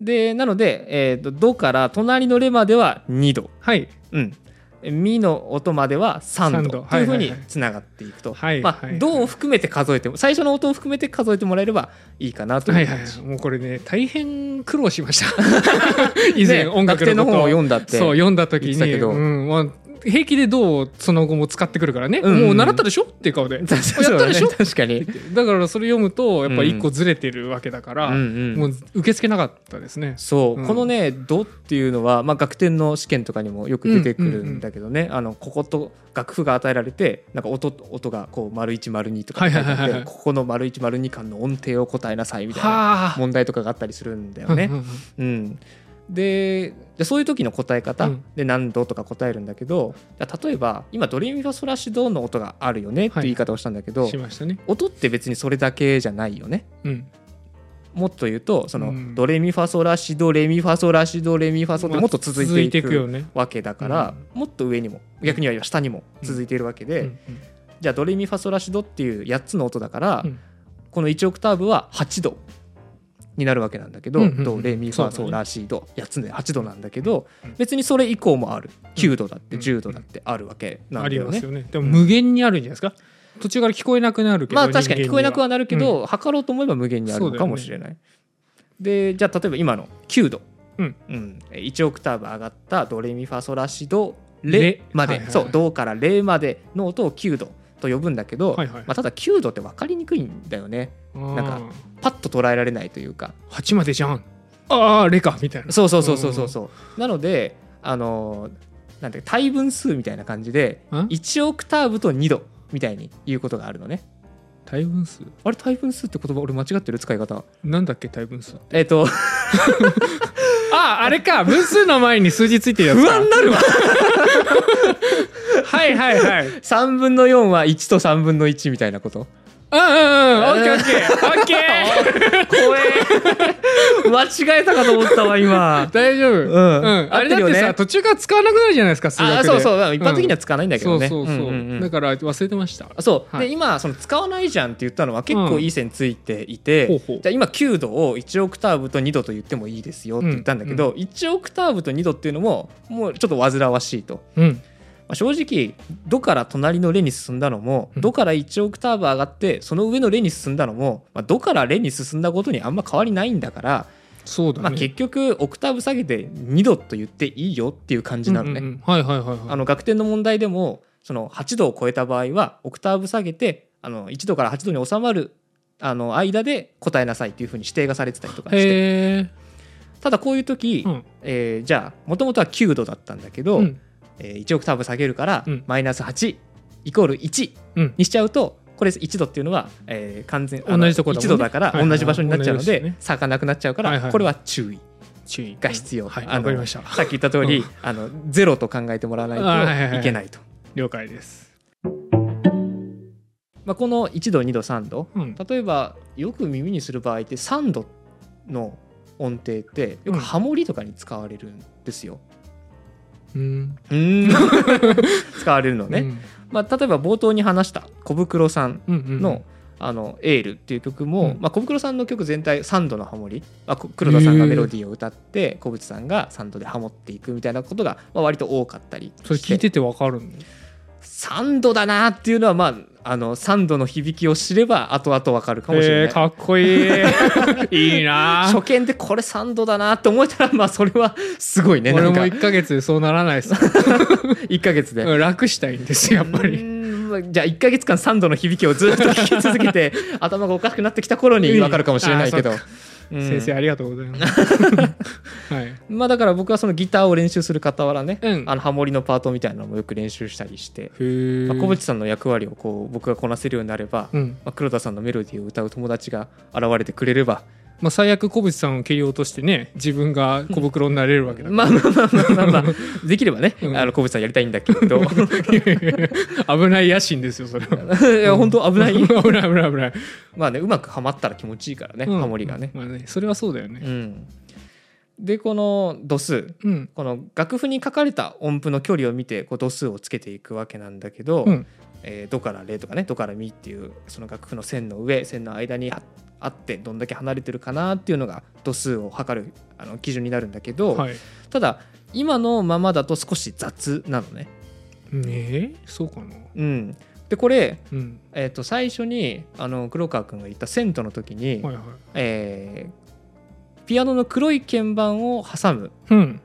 A: でなので、えーと「ド」から隣の「レ」までは2度
B: はい。
A: うん、ミの音までは3
B: 三
A: 度
B: 度
A: というふう
B: はい
A: に
B: はいはい
A: つながっていくと、
B: はい
A: ま
B: は
A: あ
B: い
A: ドを含めて数えても最初の音を含めて数えてもらえればいいかなと
B: は
A: いう
B: いはい
A: 感じ
B: はい。もうこれね、大変苦労しました。 以前
A: ね
B: 音
A: 楽
B: 楽
A: 天
B: の
A: の
B: こと
A: 本を
B: を
A: 読んだって
B: そう読んだ時
A: 言ってた
B: に、
A: けど
B: うんまあ、平気でどうその後も使ってくるからね、
A: うんうん
B: もう習ったでしょっていう顔でやっ
A: そう
B: たでしょ
A: そうだね確かに、
B: だからそれ読むとやっぱ一個ずれてるわけだから、
A: うんう
B: も
A: ん
B: う受け付けなかったですね。
A: そう、
B: うん
A: このね「ド」っていうのは、まあ、楽天の試験とかにもよく出てくるんだけどね、あのここと楽譜が与えられてなんか音音がこう丸一丸二とか書いてあって、
B: はいはいはいはい
A: ここの丸一丸二間の音程を答えなさいみたいな
B: は
A: 問題とかがあったりするんだよ
B: あ。
A: ね
B: うん。うん
A: うん、でじゃあそういう時の答え方
B: うん
A: で何度とか答えるんだけど、じゃあ例えば今ドレミファソラシドの音があるよねっていう言い方をしたんだけど、
B: うんしましたね。
A: 音って別にそれだけじゃないよね。
B: うん。
A: もっと言うとその、
B: うん
A: ドレミファソラシドレミファソラシドレミファソってもっと続いてい
B: よ
A: く
B: ね。
A: わけだから、もっと上にも逆には下にも続いているわけで、
B: うん
A: じゃあドレミファソラシドっていう8つの音だから、
B: うん
A: この1オクターブは8度になるわけなんだけど、
B: うんうんうん
A: ドレミフ
B: そう
A: ァ
B: だね
A: ソラシド、8つで8度なんだけど、
B: うん
A: 別にそれ以降もある9度だって
B: うん
A: 10度だってあるわけなん
B: あ
A: だ
B: り
A: よ
B: ます
A: ね。
B: よね。でも無限にあるんじゃないですか。途中から聞こえなくなるけど。
A: まあ確かに聞こえなくは
B: な
A: なるけど、測ろうと思えば無限にあるのかもしれない。でじゃあ例えば今の9度、
B: うん
A: 1オクターブ上がったドレミファソラシド
B: レ
A: レまで、
B: はいはいはい
A: そうドからレまでの音を9度と呼ぶんだけど、
B: はいはい
A: まあ、ただ9度って分かりにくいんだよね
B: 人間は。
A: なんかパッと捉えられないというか
B: あー8までじゃん。ああ、レかみたいな。
A: そうそうそうそうそうそう、なのであのーなんていうか対分数みたいな感じで
B: ん
A: 1オクターブと2度みたいに言うことがあるのね
B: 大分数
A: あれ対分数って言葉俺間違ってる使い方
B: なんだっけ大分数
A: えっ、と
B: ああれか分数の前に数字ついてるやつ
A: 不
B: か
A: 安になるわ
B: はいはいはい
A: 3分の4は1と3分の1みたいなこと
B: うんうんうんオッケーオッケーオッケー
A: 怖え間違えたかと思ったわ今
B: 大丈夫
A: ん
B: うんあれ
A: 合って
B: だって
A: るよ
B: さ
A: ね
B: 途中から使わなくなるじゃないですか数学
A: あ
B: で
A: そうそう一般的には使わないんだけ
B: そ
A: ど
B: う
A: ね
B: そうそう、
A: んんん
B: だから忘れてました
A: あそう、
B: はい
A: で今その使わないじゃんって言ったのは結構いい線ついていて、
B: ほうほう
A: じゃあ今9度を1オクターブと2度と言ってもいいですよって言ったんだけど、1オクターブと2度っていうのももうちょっと煩わしいと、
B: うん
A: まあ、正直「ド」から隣の「レ」に進んだのも「
B: うん
A: ド」から1オクターブ上がってその上の「レ」に進んだのも「まあ、ド」から「レ」に進んだことにあんま変わりないんだから、
B: そうだね、
A: まあ、結局オクターブ下げて2度と言っていいよっていう感じなのね。
B: うんうんうんはいはいはいはい
A: あの学点の問題でもその8度を超えた場合はオクターブ下げてあの1度から8度に収まるあの間で答えなさいっていうふうに指定がされてたりとかして
B: へえ
A: ただこういう時、
B: うん
A: えーじゃあもともとは9度だったんだけど、
B: うん
A: えー1オクターブ下げるから
B: うん
A: マイナス8イコール1
B: うん
A: にしちゃうとこれ1度っていうのは、えー完全
B: 同じとこだもんね
A: 1度だから
B: はいはい
A: 同じ場所になっちゃうの
B: 同じ
A: で
B: で
A: す
B: よね
A: 差がなくなっちゃうか
B: はいは
A: ら
B: い
A: これは注意
B: 注意
A: が必要。
B: はい
A: あの
B: わかりました
A: さっき言った通り、
B: うん
A: あのゼロと考えてもらわないといけないと。
B: 了解です
A: まあ、この1度2度3度
B: うん
A: 例えばよく耳にする場合って3度の音程ってよくハモリとかに使われるんですよ。
B: うん
A: 使われるのね、まあ、例えば冒頭に話した小袋さん
B: うんうん
A: の「あのエール」っていう曲も、
B: うん
A: まあ、小袋さんの曲全体3度のハモリ、まあ、こ黒田さんがメロディーを歌って小渕さんが3度でハモっていくみたいなことが、まあ、割と多かったり
B: それ聞いててわかるの
A: 3度だなっていうのは、まあ、あの3度の響きを知れば後々わかるかもしれない。
B: えーかっこいい いいな
A: 初見でこれ3度だなって思えたらまあそれはすごいねな
B: 俺
A: ん
B: も
A: か
B: 1か月でそうならないです
A: 1か月で。
B: 楽したいんですやっぱ
A: うー
B: り
A: んまあじゃあ1か月間3度の響きをずっと聞き続けて頭がおかしくなってきた頃に分かるかもしれないけど
B: うんあ
A: うん
B: ー、先生ありがとうございます はい
A: まあ、だから僕はそのギターを練習する傍らね、
B: うん
A: あのハモリのパートみたいなのもよく練習したりして、
B: へえ
A: まあ、小渕さんの役割をこう僕がこなせるようになれば、
B: うん
A: まあ、黒田さんのメロディーを歌う友達が現れてくれれば
B: まあ最悪小渕さんを蹴り落としてね自分が小袋になれる わけだから
A: まあまあまあまあまあ、まあ、できればね、
B: うん
A: あの小渕さんやりたいんだけど
B: 危ない野心ですよそれは
A: いや本当危ない
B: 危ない危ない危ない
A: まあねうまくはまったら気持ちいいからね、
B: うん
A: ハモリがね。
B: まあねそれはそうだよ
A: う
B: ね
A: ん、でこの度数
B: うん
A: この楽譜に書かれた音符の距離を見てこう度数をつけていくわけなんだけど「
B: うん
A: えード」から「レ」とかね「ド」から「ミ」っていうその楽譜の線の上線の間にああってどんだけ離れてるかなっていうのが度数を測るあの基準になるんだけど、
B: はい
A: ただ今のままだと少し雑なのね。
B: ねえそうかな
A: うん、でこれ、
B: うん
A: えー、と最初にあの黒川君が言った「線との時に、
B: はいはい
A: えーピアノの黒い鍵盤を挟む
B: うん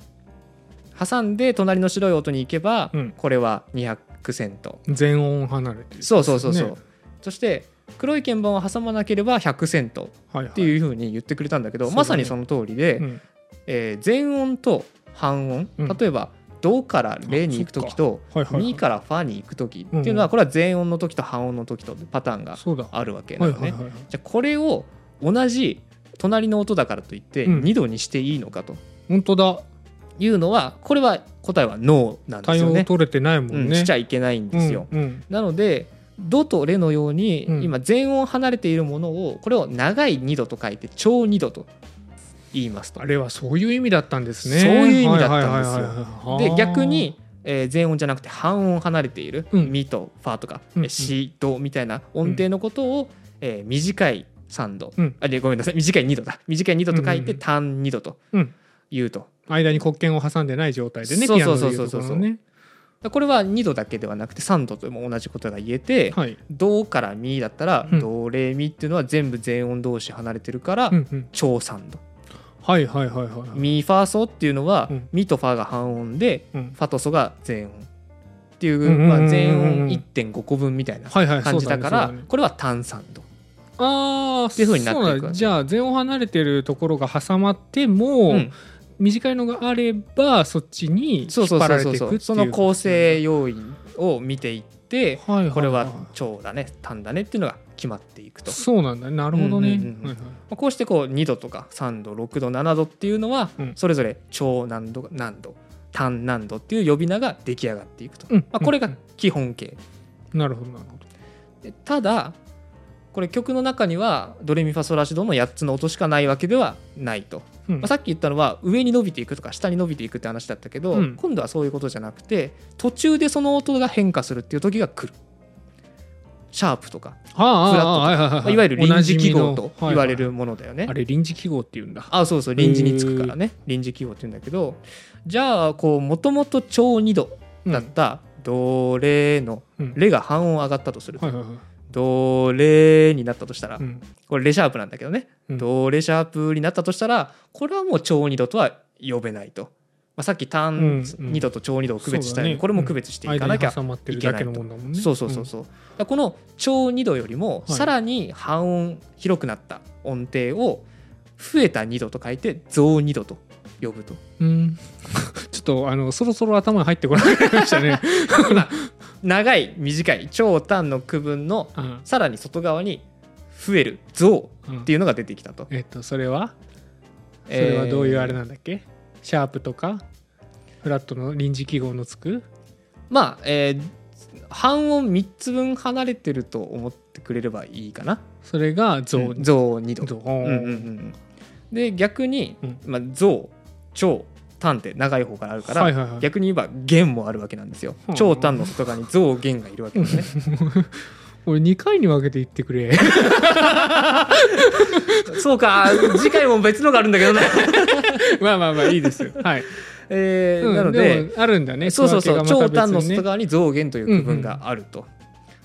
A: 挟んで隣の白い音に行けば、
B: うん
A: これは200セント
B: 全音離れてる
A: そうそうそうそう、
B: ね
A: そして黒い鍵盤を挟まなければ100セント
B: はいはい
A: っていうふうに言ってくれたんだけど、
B: はい
A: まさにその通りで、
B: うん
A: えー全音と半音、
B: うん
A: 例えば「ド」から「レ」に行く時と
B: は
A: 「
B: いはいは
A: ミ」
B: い
A: から「ファ」に行く時っていうの
B: う
A: は
B: ん
A: これは全音の時と半音の時とパターンが
B: そうだは
A: あるわけ
B: い
A: な
B: は
A: の
B: い
A: ね。
B: はいはい
A: じゃあこれを同じ隣の音だからといって
B: うん
A: 2度にしていいのかと
B: 本当だ
A: いうのはこれは答えはノーなんです
B: 対
A: よ
B: 応
A: ね。
B: 取れてないも
A: うんん、
B: ね
A: しちゃいけないんですよ。
B: うんうん
A: なのでドとレのように、
B: うん
A: 今全音離れているものをこれを長い2度と書いて長2度と言いますと
B: あ。れはそういう意味だったんですね
A: そういう意味だったんですよ
B: よ
A: で逆に、えー全音じゃなくて半音離れている、
B: うん
A: ミとファとか、
B: うん
A: えーシドみたいな音程のことを、えー短い3度、
B: うん
A: あでごめんなさい短い2度だ短い2度と書い
B: うんうん
A: て
B: うん
A: 単2度と
B: うん
A: 言うと、
B: 間に黒鍵を挟んでない状態でね
A: そう
B: ピア
A: そ
B: ノ
A: う
B: で
A: そう
B: い
A: そうう
B: とこ
A: そう
B: ろのね
A: だこれは2度だけではなくて3度とも同じことが言えて、
B: はい
A: ドからミだったら、
B: うん
A: ドレミっていうのは全部全音同士離れてるから、
B: うんうん
A: 超3度
B: はいはいはいはい
A: ミファソっていうのは、
B: うん
A: ミとファが半音で
B: うん
A: ファとソが全音っていう,、
B: んうんうんうん
A: まあ、全音1.5個分みたいな
B: はいはい
A: 感じだから、
B: そうねそうね
A: これは単3度
B: ああ
A: ていう風になっていくわけ
B: じゃあ全音離れてるところが挟まっても、
A: うん
B: 短いのがあればそっちに引
A: そう
B: っ
A: そう
B: 張
A: そ
B: ら
A: う
B: れて
A: そ
B: いうくっていう
A: そうその構成要因を見ていって
B: はいはいい
A: これは超だね単だねっていうのが決まっていくと、ま
B: そうなんだねなるほどね、
A: うんうんうん
B: はいはい
A: あ、こうしてこう2度とか3度6度7度っていうのは、
B: うん
A: それぞれ超難度難度単難度っていう呼び名が出来上がっていくと、
B: うん
A: まあ、これ
B: う
A: が
B: ん
A: 基本形
B: なるほどなるほど
A: でただこれ曲の中にはドレミファソラシドの8つの音しかないわけではないと、
B: うん
A: まあ、さっき言ったのは上に伸びていくとか下に伸びていくって話だったけど、
B: うん
A: 今度はそういうことじゃなくて途中でその音が変化するっていう時が来るシャープとか、
B: ああ
A: フラットと
B: ああはいはい
A: ま
B: は
A: あ
B: い
A: いわゆる臨時記号
B: おな
A: と
B: じみの
A: 言われ
B: はい
A: るものだよね、
B: はいあれ臨時記号って言うんだ
A: あそうそう臨時につくからね臨時記号って言うんだけどじゃあこうもともと超二度だった、ドレの
B: うん
A: レが半音上がったとすると、
B: はいはいはい
A: ドレになったとしたら、
B: うん
A: これレシャープなんだけどね、
B: うん
A: ドレシャープになったとしたらこれはもう超二度とは呼べないと、まあ、さっき単
B: うん
A: 二度と超二度を区別したように、
B: そうだね
A: これも区別していかなきゃ
B: 間に挟まってるだけのもんだもんね
A: そうそうそうそう、だからこの超2度よりも
B: はい
A: さらに半音広くなった音程を増えた2度と書いて増2度と呼ぶと
B: うん、うん、 ちょっとあのそろそろ頭に入ってこなくなりまし たね
A: 今長い短い長短の区分の
B: うん
A: さらに外側に増える増
B: うん
A: っていうのが出てきたと、
B: えっとそれはそれはどういうあれ
A: えー
B: なんだっけ、シャープとかフラットの臨時記号のつく
A: まあえー半音3つ分離れてると思ってくれればいいかな
B: それがゾ
A: うん
B: ー
A: 増2度
B: ゾ
A: うんうんうんう
B: ーン
A: んで逆に
B: うん、
A: まあ、増長短って長い方からあるから、
B: はいはいはい
A: 逆に言えば弦もあるわけなんですよ
B: は。あ
A: 長短の外側に増弦がいるわけですね。
B: 俺2回に分けて言って くれ
A: そうか、次回も別のがあるんだけどね。
B: まあまあまあいいですよはい、
A: えー
B: うん
A: なので、
B: もあるんだね
A: そうそうそう、
B: 小
A: 長
B: 分けが
A: 短
B: ま
A: の
B: た別にね
A: 外側に増弦という部分があると。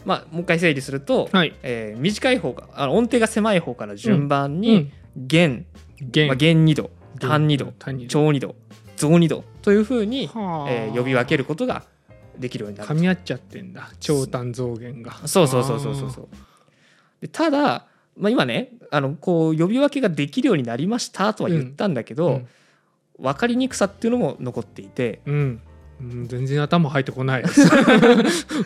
A: まあ、もう一回整理すると、
B: はい
A: えー短い方があの音程が狭い方から順番
B: う
A: に
B: ん
A: 弦、
B: 弦、
A: まあ、弦2度、
B: 弦
A: 単2度、
B: 単二度
A: 長2度、増2度というふうに、
B: はあ
A: えー呼び分けることができるようになる
B: 噛み合っちゃってんだ長短増減が
A: そうそうそうそうそうそうでただ、まあ、今ねあのこう呼び分けができるようになりましたとは言ったんだけど、
B: うん
A: 分かりにくさっていうのも残っていて
B: あーうん、うん、全然頭入って こないです、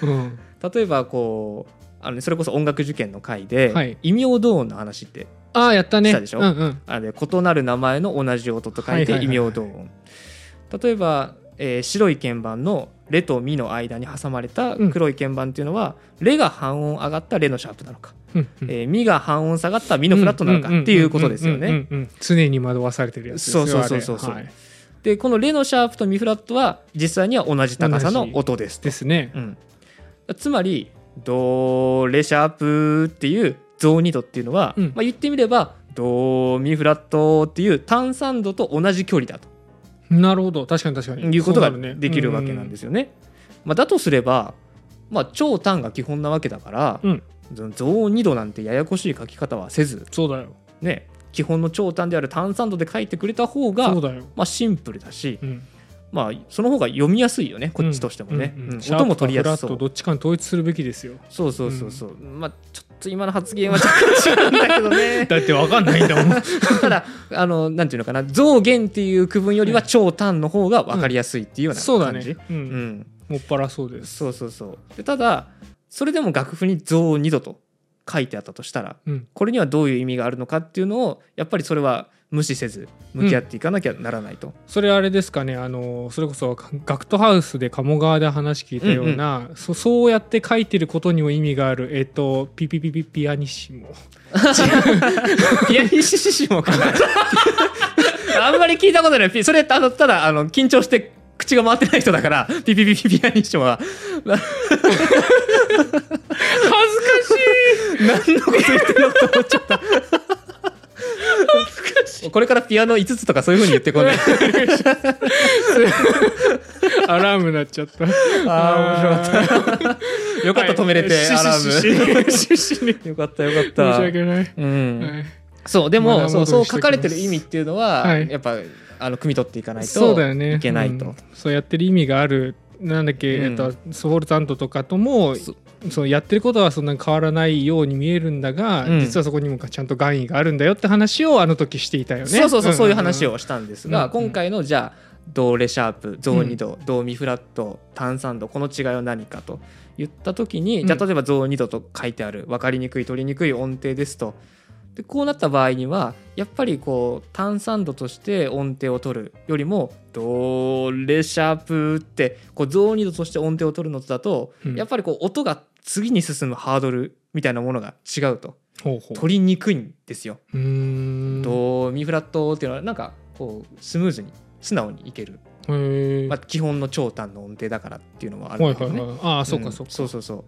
B: うん、
A: 例えばこうあのねそれこそ音楽受験の回で、
B: はい
A: 異名同音の話って
B: ああやったね
A: したでしょ
B: うんうん
A: あれ異なる名前の同じ音と書いて
B: はい
A: 異
B: はいはいはい
A: 名同音例えば、えー白い鍵盤の「レ」と「ミ」の間に挟まれた黒い鍵盤っていうのは「レ」が半音上がった「レ」のシャープなのか
B: うん
A: 「
B: うん
A: えーミ」が半音下がった「ミ」のフラットなのかっていうことですよね
B: うんう。んうんうんうん常に惑わされてるやつですよ
A: そうそうそうそうそう
B: あれはい
A: でこのレのシャープとミフラットは実際には同じ高さの音ですと
B: ですね
A: うん、つまりドレシャープっていう増2度っていうのは、
B: うん
A: まあ、言ってみればドミフラットっていう単3度と同じ距離だと
B: なるほど確かに確かに
A: いうことが
B: そうなるね
A: できるわけなんですすよね。まあ、だとすれば、まあ、超単が基本なわけだから、
B: うん
A: 増2度なんてややこしい書き方はせず、
B: そうだよ
A: ね、基本の超単である単3度で書いてくれた方が
B: そう、だよ
A: まあ、シンプルだし、
B: うん
A: まあその方が読みやすいよねこっちとしてもね、
B: うんうん
A: うん
B: シャープ
A: 音も取りやすそ
B: とフラッ
A: う
B: トどっちかに統一するべきですよ
A: そうそうそうそう、まあちょっと今の発言はちょっと違うん だけどね
B: だってわかんないんだもん
A: ただあのなんていうのかな増減っていう区分よりは超単の方が分かりやすいっていうような
B: そうだ
A: 感
B: ね
A: じ、
B: う
A: うん
B: んもっぱらそうです
A: そうそうそうでただそれでも楽譜に「増2度」と書いてあったとしたら
B: うん
A: これにはどういう意味があるのかっていうのをやっぱりそれは無視せず向き合っていかなきゃならないと、
B: それあれですかねあのそれこそガクトハウスで鴨川で話聞いたような、そそうやって書いてることにも意味があるえっ、とピピピピピアニッシモ
A: ピアニッシモかあんまり聞いたことないピそれあのただあの緊張して口が回ってない人だからピピピピピアニッシモは
B: 恥ずかし
A: 何
B: い
A: のこと言ってるのかと思っちゃったこれからピアノ5つとかそういうふうに言ってこない
B: アラームなっちゃった
A: あー面
B: 白かっ
A: よかった止めれてアラー
B: ムしに申し
A: ムよかったよかった
B: 訳ない、
A: うん
B: はい
A: そうで
B: 学
A: も
B: ぶ
A: そう
B: こと
A: そう
B: にして
A: 書かれてる意味っていうのは、
B: はい
A: やっぱあの汲み取っていかない
B: そうだよ
A: と
B: ね
A: いけないと、
B: うんそうやってる意味があるなんだっけ、
A: うん
B: えっとソウルタントとかとも
A: そ
B: そうやってることはそんなに変わらないように見えるんだが、
A: うん
B: 実はそこにもちゃんと願意があるんだよって話をあの時していたよね
A: そうそうそう、そういう話
B: ん
A: をしたんですが、
B: うん
A: 今回のじゃあドレシャープゾー2度、ドミフラット単3度この違いは何かと言った時に、
B: うん
A: じゃあ例えばゾー2度と書いてある分かりにくい取りにくい音程ですとでこうなった場合にはやっぱりこう単3度として音程を取るよりもドレシャープってこうゾー2度として音程を取るのとだと、
B: うん
A: やっぱりこう音が次に進むハードルみたいなものが違うと。
B: ほうほう
A: 取りにくいんですよ。
B: うーん
A: ドミフラットっていうのはなんかこうスムーズに素直にいける、
B: へえ、
A: まあ、基本の長短の音程だからっていうのもあるん
B: は
A: だけ
B: いは
A: ど
B: い
A: ね。
B: はいああそうかそうか、
A: そうそうそう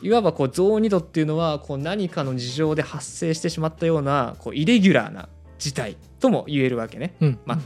A: いわばこう増二度っていうのはこう何かの事情で発生してしまったようなこうイレギュラーな事態とも言えるわけね
B: うん
A: まあ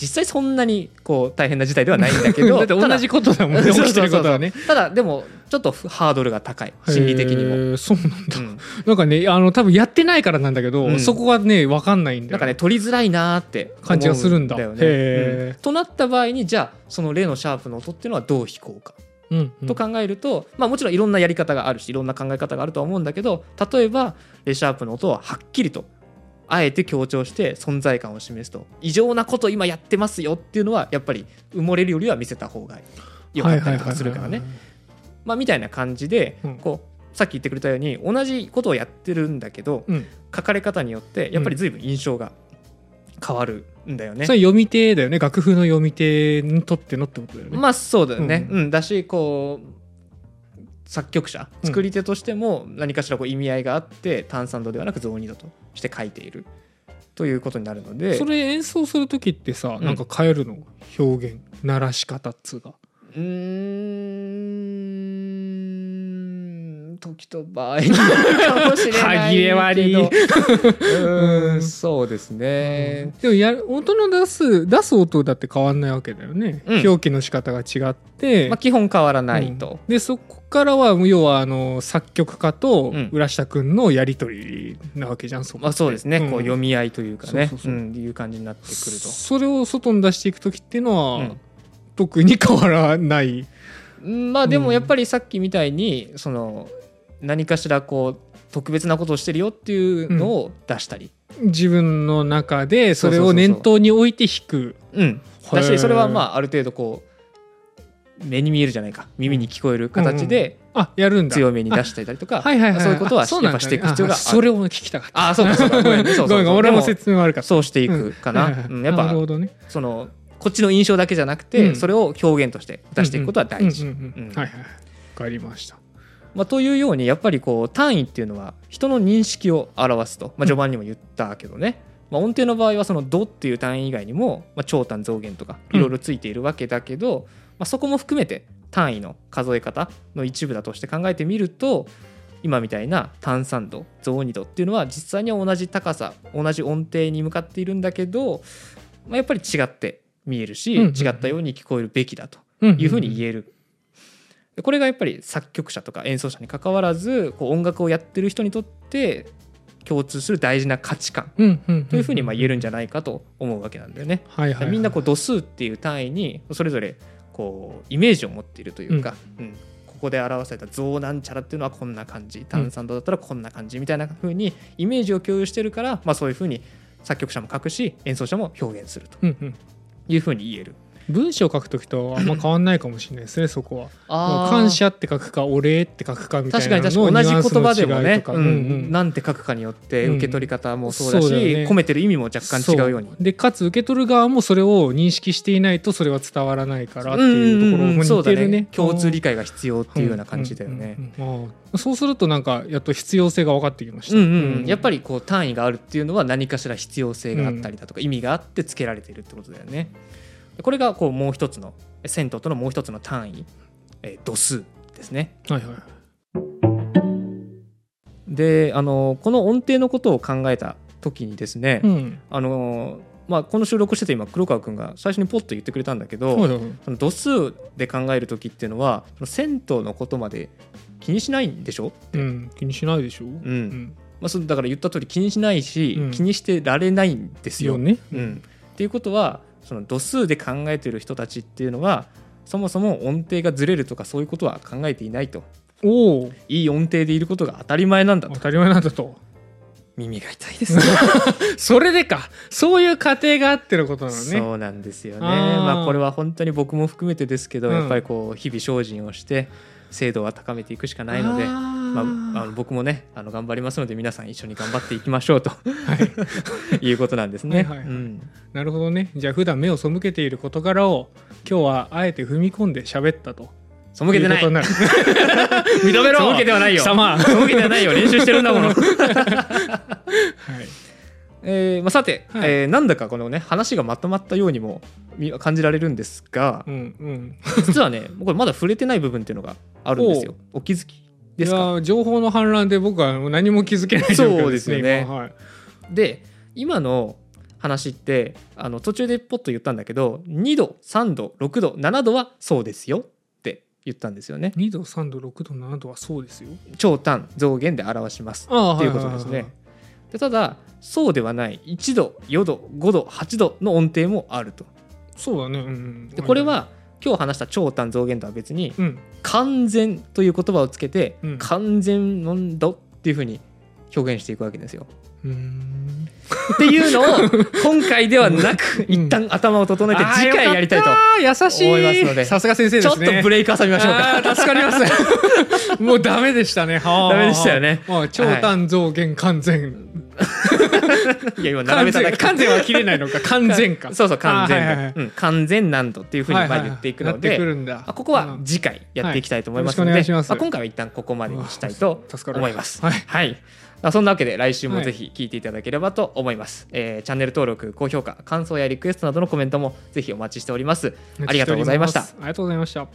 A: 実際そんなにこう大変な事態ではないんだけど
B: だって同じことだもんね
A: ただ
B: 起きてることはね
A: ただただでもちょっとハードルが高い心理的にも、
B: へえそうなんだ
A: うん
B: なんかねあの多分やってないからなんだけど、
A: うん
B: そこはね分かんないん
A: な
B: だよ
A: んかね取りづらいなーって思う
B: 感じがするんだ
A: よね、
B: へー
A: うんとなった場合にじゃあその例のシャープの音っていうのはどう弾こうか
B: うんうん
A: と考えると、まあ、もちろんいろんなやり方があるしいろんな考え方があるとは思うんだけど例えばレシャープの音ははっきりとあえて強調して存在感を示すと異常なこと今やってますよっていうのはやっぱり埋もれるよりは見せた方が良かったりとかするからね。まあみたいな感じで、
B: うん
A: こうさっき言ってくれたように同じことをやってるんだけど
B: うん
A: 書かれ方によってやっぱり随分印象が変わるんだよね。
B: それ読み手だよね楽譜の読み手にとってのってことだよね、
A: まあそうだよね、
B: う
A: うんんだしこう作曲者
B: うん
A: 作り手としても何かしらこう意味合いがあって、単三度ではなく雑二度として書いているということになるので
B: それ演奏する時ってさ、
A: うん
B: なんか変えるの表現鳴らし方っつうか
A: うーん時と場合によ るかもしれないけど
B: 歯切れ悪いう
A: ー
B: うん
A: んそうですね、
B: でもやる音の出す出す音だって変わんないわけだよね、
A: うん
B: 表記の仕方が違って、
A: まあ基本変わらない
B: うん
A: と、
B: でそこからは要はあの作曲家と
A: うん
B: 浦下君のやり取りなわけじゃんそこって
A: まあそうですね、
B: ん
A: こう読み合いというかね
B: そうそうそう
A: うんいう感じになってくると
B: それを外に出していく時っていうのは、
A: うん
B: 特に変わらない
A: まあでもやっぱりさっきみたいにその何かしらこう特別なことをしてるよっていうのを出したり、
B: 自分の中でそれ
A: そ
B: を
A: うそうそうそう
B: 念頭に置いて弾く
A: うん、
B: へ
A: だ
B: ー
A: しそれはまあある程度こう目に見えるじゃないか耳に聞こえる形で
B: あやるんだ
A: 強めに出したりとか、
B: はいはいはい
A: そういうことは
B: あそうなんだ
A: やっぱしていく必要がある
B: あそれを聞きたかった
A: ああそうかそう かご めんねそう
B: ご
A: そ
B: め
A: うんそう
B: 俺も
A: で
B: 説明悪かった
A: そうしていくかな、
B: はい はいはい
A: うんやっ
B: なる
A: ぱ
B: ほどね
A: そのこっちの印象だけじゃなくて、
B: うん
A: それを表現として出していくことは大事。
B: うんうんうんうん
A: うん
B: はいはいわかりました
A: まあ、というようにやっぱりこう単位っていうのは人の認識を表すと、まあ、序盤にも言ったけどね、まあ、音程の場合はその「度」っていう単位以外にも、まあ、長短増減とか
B: うん
A: いろいろついているわけだけど、まあ、そこも含めて単位の数え方の一部だとして考えてみると今みたいな単三度増二度っていうのは実際には同じ高さ同じ音程に向かっているんだけど、まあ、やっぱり違って見えるし、
B: うんうんうん
A: 違ったように聞こえるべきだというふうに言える。でこれがやっぱり作曲者とか演奏者に関わらずこう音楽をやってる人にとって共通する大事な価値観
B: うんうんん
A: というふうにまあ言えるんじゃないかと思うわけなんだよね。
B: はいはいはい
A: みんなこう度数っていう単位にそれぞれこうイメージを持っているというか、うんここで表された増なんちゃらっていうのはこんな感じ単三度だったらこんな感じみたいな風にイメージを共有してるから、まあ、そういうふうに作曲者も書くし演奏者も表現すると
B: うんうん
A: いうふうに言える。
B: 文章を書くときとあんま変わんないかもしれないですねそこは
A: あー
B: 感謝って書くかお礼って書くかみたい
A: 確か
B: な
A: に確
B: の
A: かに同じ言葉でも
B: ニュアンスの違い
A: ね
B: と、か
A: う
B: うんん
A: なんて書くかによって受け取り方もそうだ
B: うん
A: し、
B: そうだよね
A: 込めてる意味も若干違うように
B: そでかつ受け取る側もそれを認識していないとそれは伝わらないからっていうところ
A: んんん
B: も似てるね,、
A: そうだね共通理
B: 解
A: 解
B: っ
A: が必要っていうような感じだよね。
B: そうするとなんかやっと必要性が分かってきまし
A: う
B: た、
A: んうんうんやっぱりこう単位があるっていうのは何かしら必要性があったりだとか意味があってつけられているってことだよね。これがこうもう一つの銭湯とのもう一つの単位、えー度数ですね。
B: はいはい
A: であのこの音程のことを考えた時にですね、
B: うん
A: あのーまあ、この収録してて今黒川君が最初にポッと言ってくれたんだけど、
B: はいはいはい
A: その度数で考える時っていうのはその銭湯のことまで気にしないんでしょ、
B: うん気にしないでしょ、う
A: うんんまあ、そうだから言った通り気にしないし、
B: うん
A: 気にしてられないんですよ。
B: よね、
A: うん、っていうことはその度数で考えてる人たちっていうのはそもそも音程がずれるとかそういうことは考えていないと
B: おお
A: いい音程でいることが当たり前なんだ
B: 当
A: と
B: たり前なんだと
A: 耳が痛いですね。
B: それでかそういう過程があってのことなのね
A: そうなんですよね。
B: あー
A: まあこれは本当に僕も含めてですけど、
B: うん
A: やっぱりこう日々精進をして精度は高めていくしかないので、まあ、あの僕もねあの頑張りますので皆さん一緒に頑張っていきましょうと
B: は い
A: いうことなんですね。
B: はいはい
A: うん
B: なるほどねじゃあ普段目を背けている事柄を今日はあえて踏み込んで喋ったと
A: 背けてない
B: いうことになる
A: 認めろ
B: そう
A: 背けてはないよ
B: 貴
A: 背
B: 様はい
A: けてはないよ練習してるんだも の、えーまあ、さて、
B: はい
A: えーなんだかこのね話がまとまったようにもみ感じられるんですが
B: うんうん
A: 実はねこれまだ触れてない部分っていうのがあるんですよお気づきです
B: い
A: か
B: やー情報の氾濫で僕は何も気づけない状況です
A: そうです
B: ね
A: よね
B: 今ははい
A: で今の話ってあの途中でポッと言ったんだけど2度3度6度7度はそうですよって言ったんですよね
B: 2度3度6度7度はそうですよ
A: 長短増減で表します
B: あ
A: っていうことですねでただそうではない1度4度5度8度の音程もあると
B: そうだねうんうん
A: でこれは今日話した長短増減とは別に
B: うん
A: 完全という言葉をつけて
B: うん
A: 完全温度っていうふうに表現していくわけですよ。
B: うーん
A: っていうのを今回ではなく
B: うん
A: 一旦頭を整えて
B: あー
A: 次回やりたいと
B: よかったー優しい
A: 思いますので
B: さすが先生で
A: ちょっ
B: すね
A: とブレイク挟みましょうか。
B: あー助かりま すもうダメでしたねはあ
A: ダメでしたよね
B: ああ超短増減完全、
A: いや今並べただけ。
B: 完全は切れないのか完全 か
A: そうそう完全
B: あーはいはいはい
A: うん完全難度っていうふうにまあ言っていくの
B: はは
A: で
B: はなってく。るんだ
A: あここは次回やっていきたいと思いますので、
B: はいよろしくお願いしま
A: あ
B: す
A: 今回は一旦ここまでにしたいと
B: 助かる
A: 思います。
B: はい
A: はい、あそんなわけで来週もぜひ聞いていただければと思います、えーチャンネル登録、高評価、感想やリクエストなどのコメントもぜひお待ちしております。ありがとうございました
B: ありがとうございました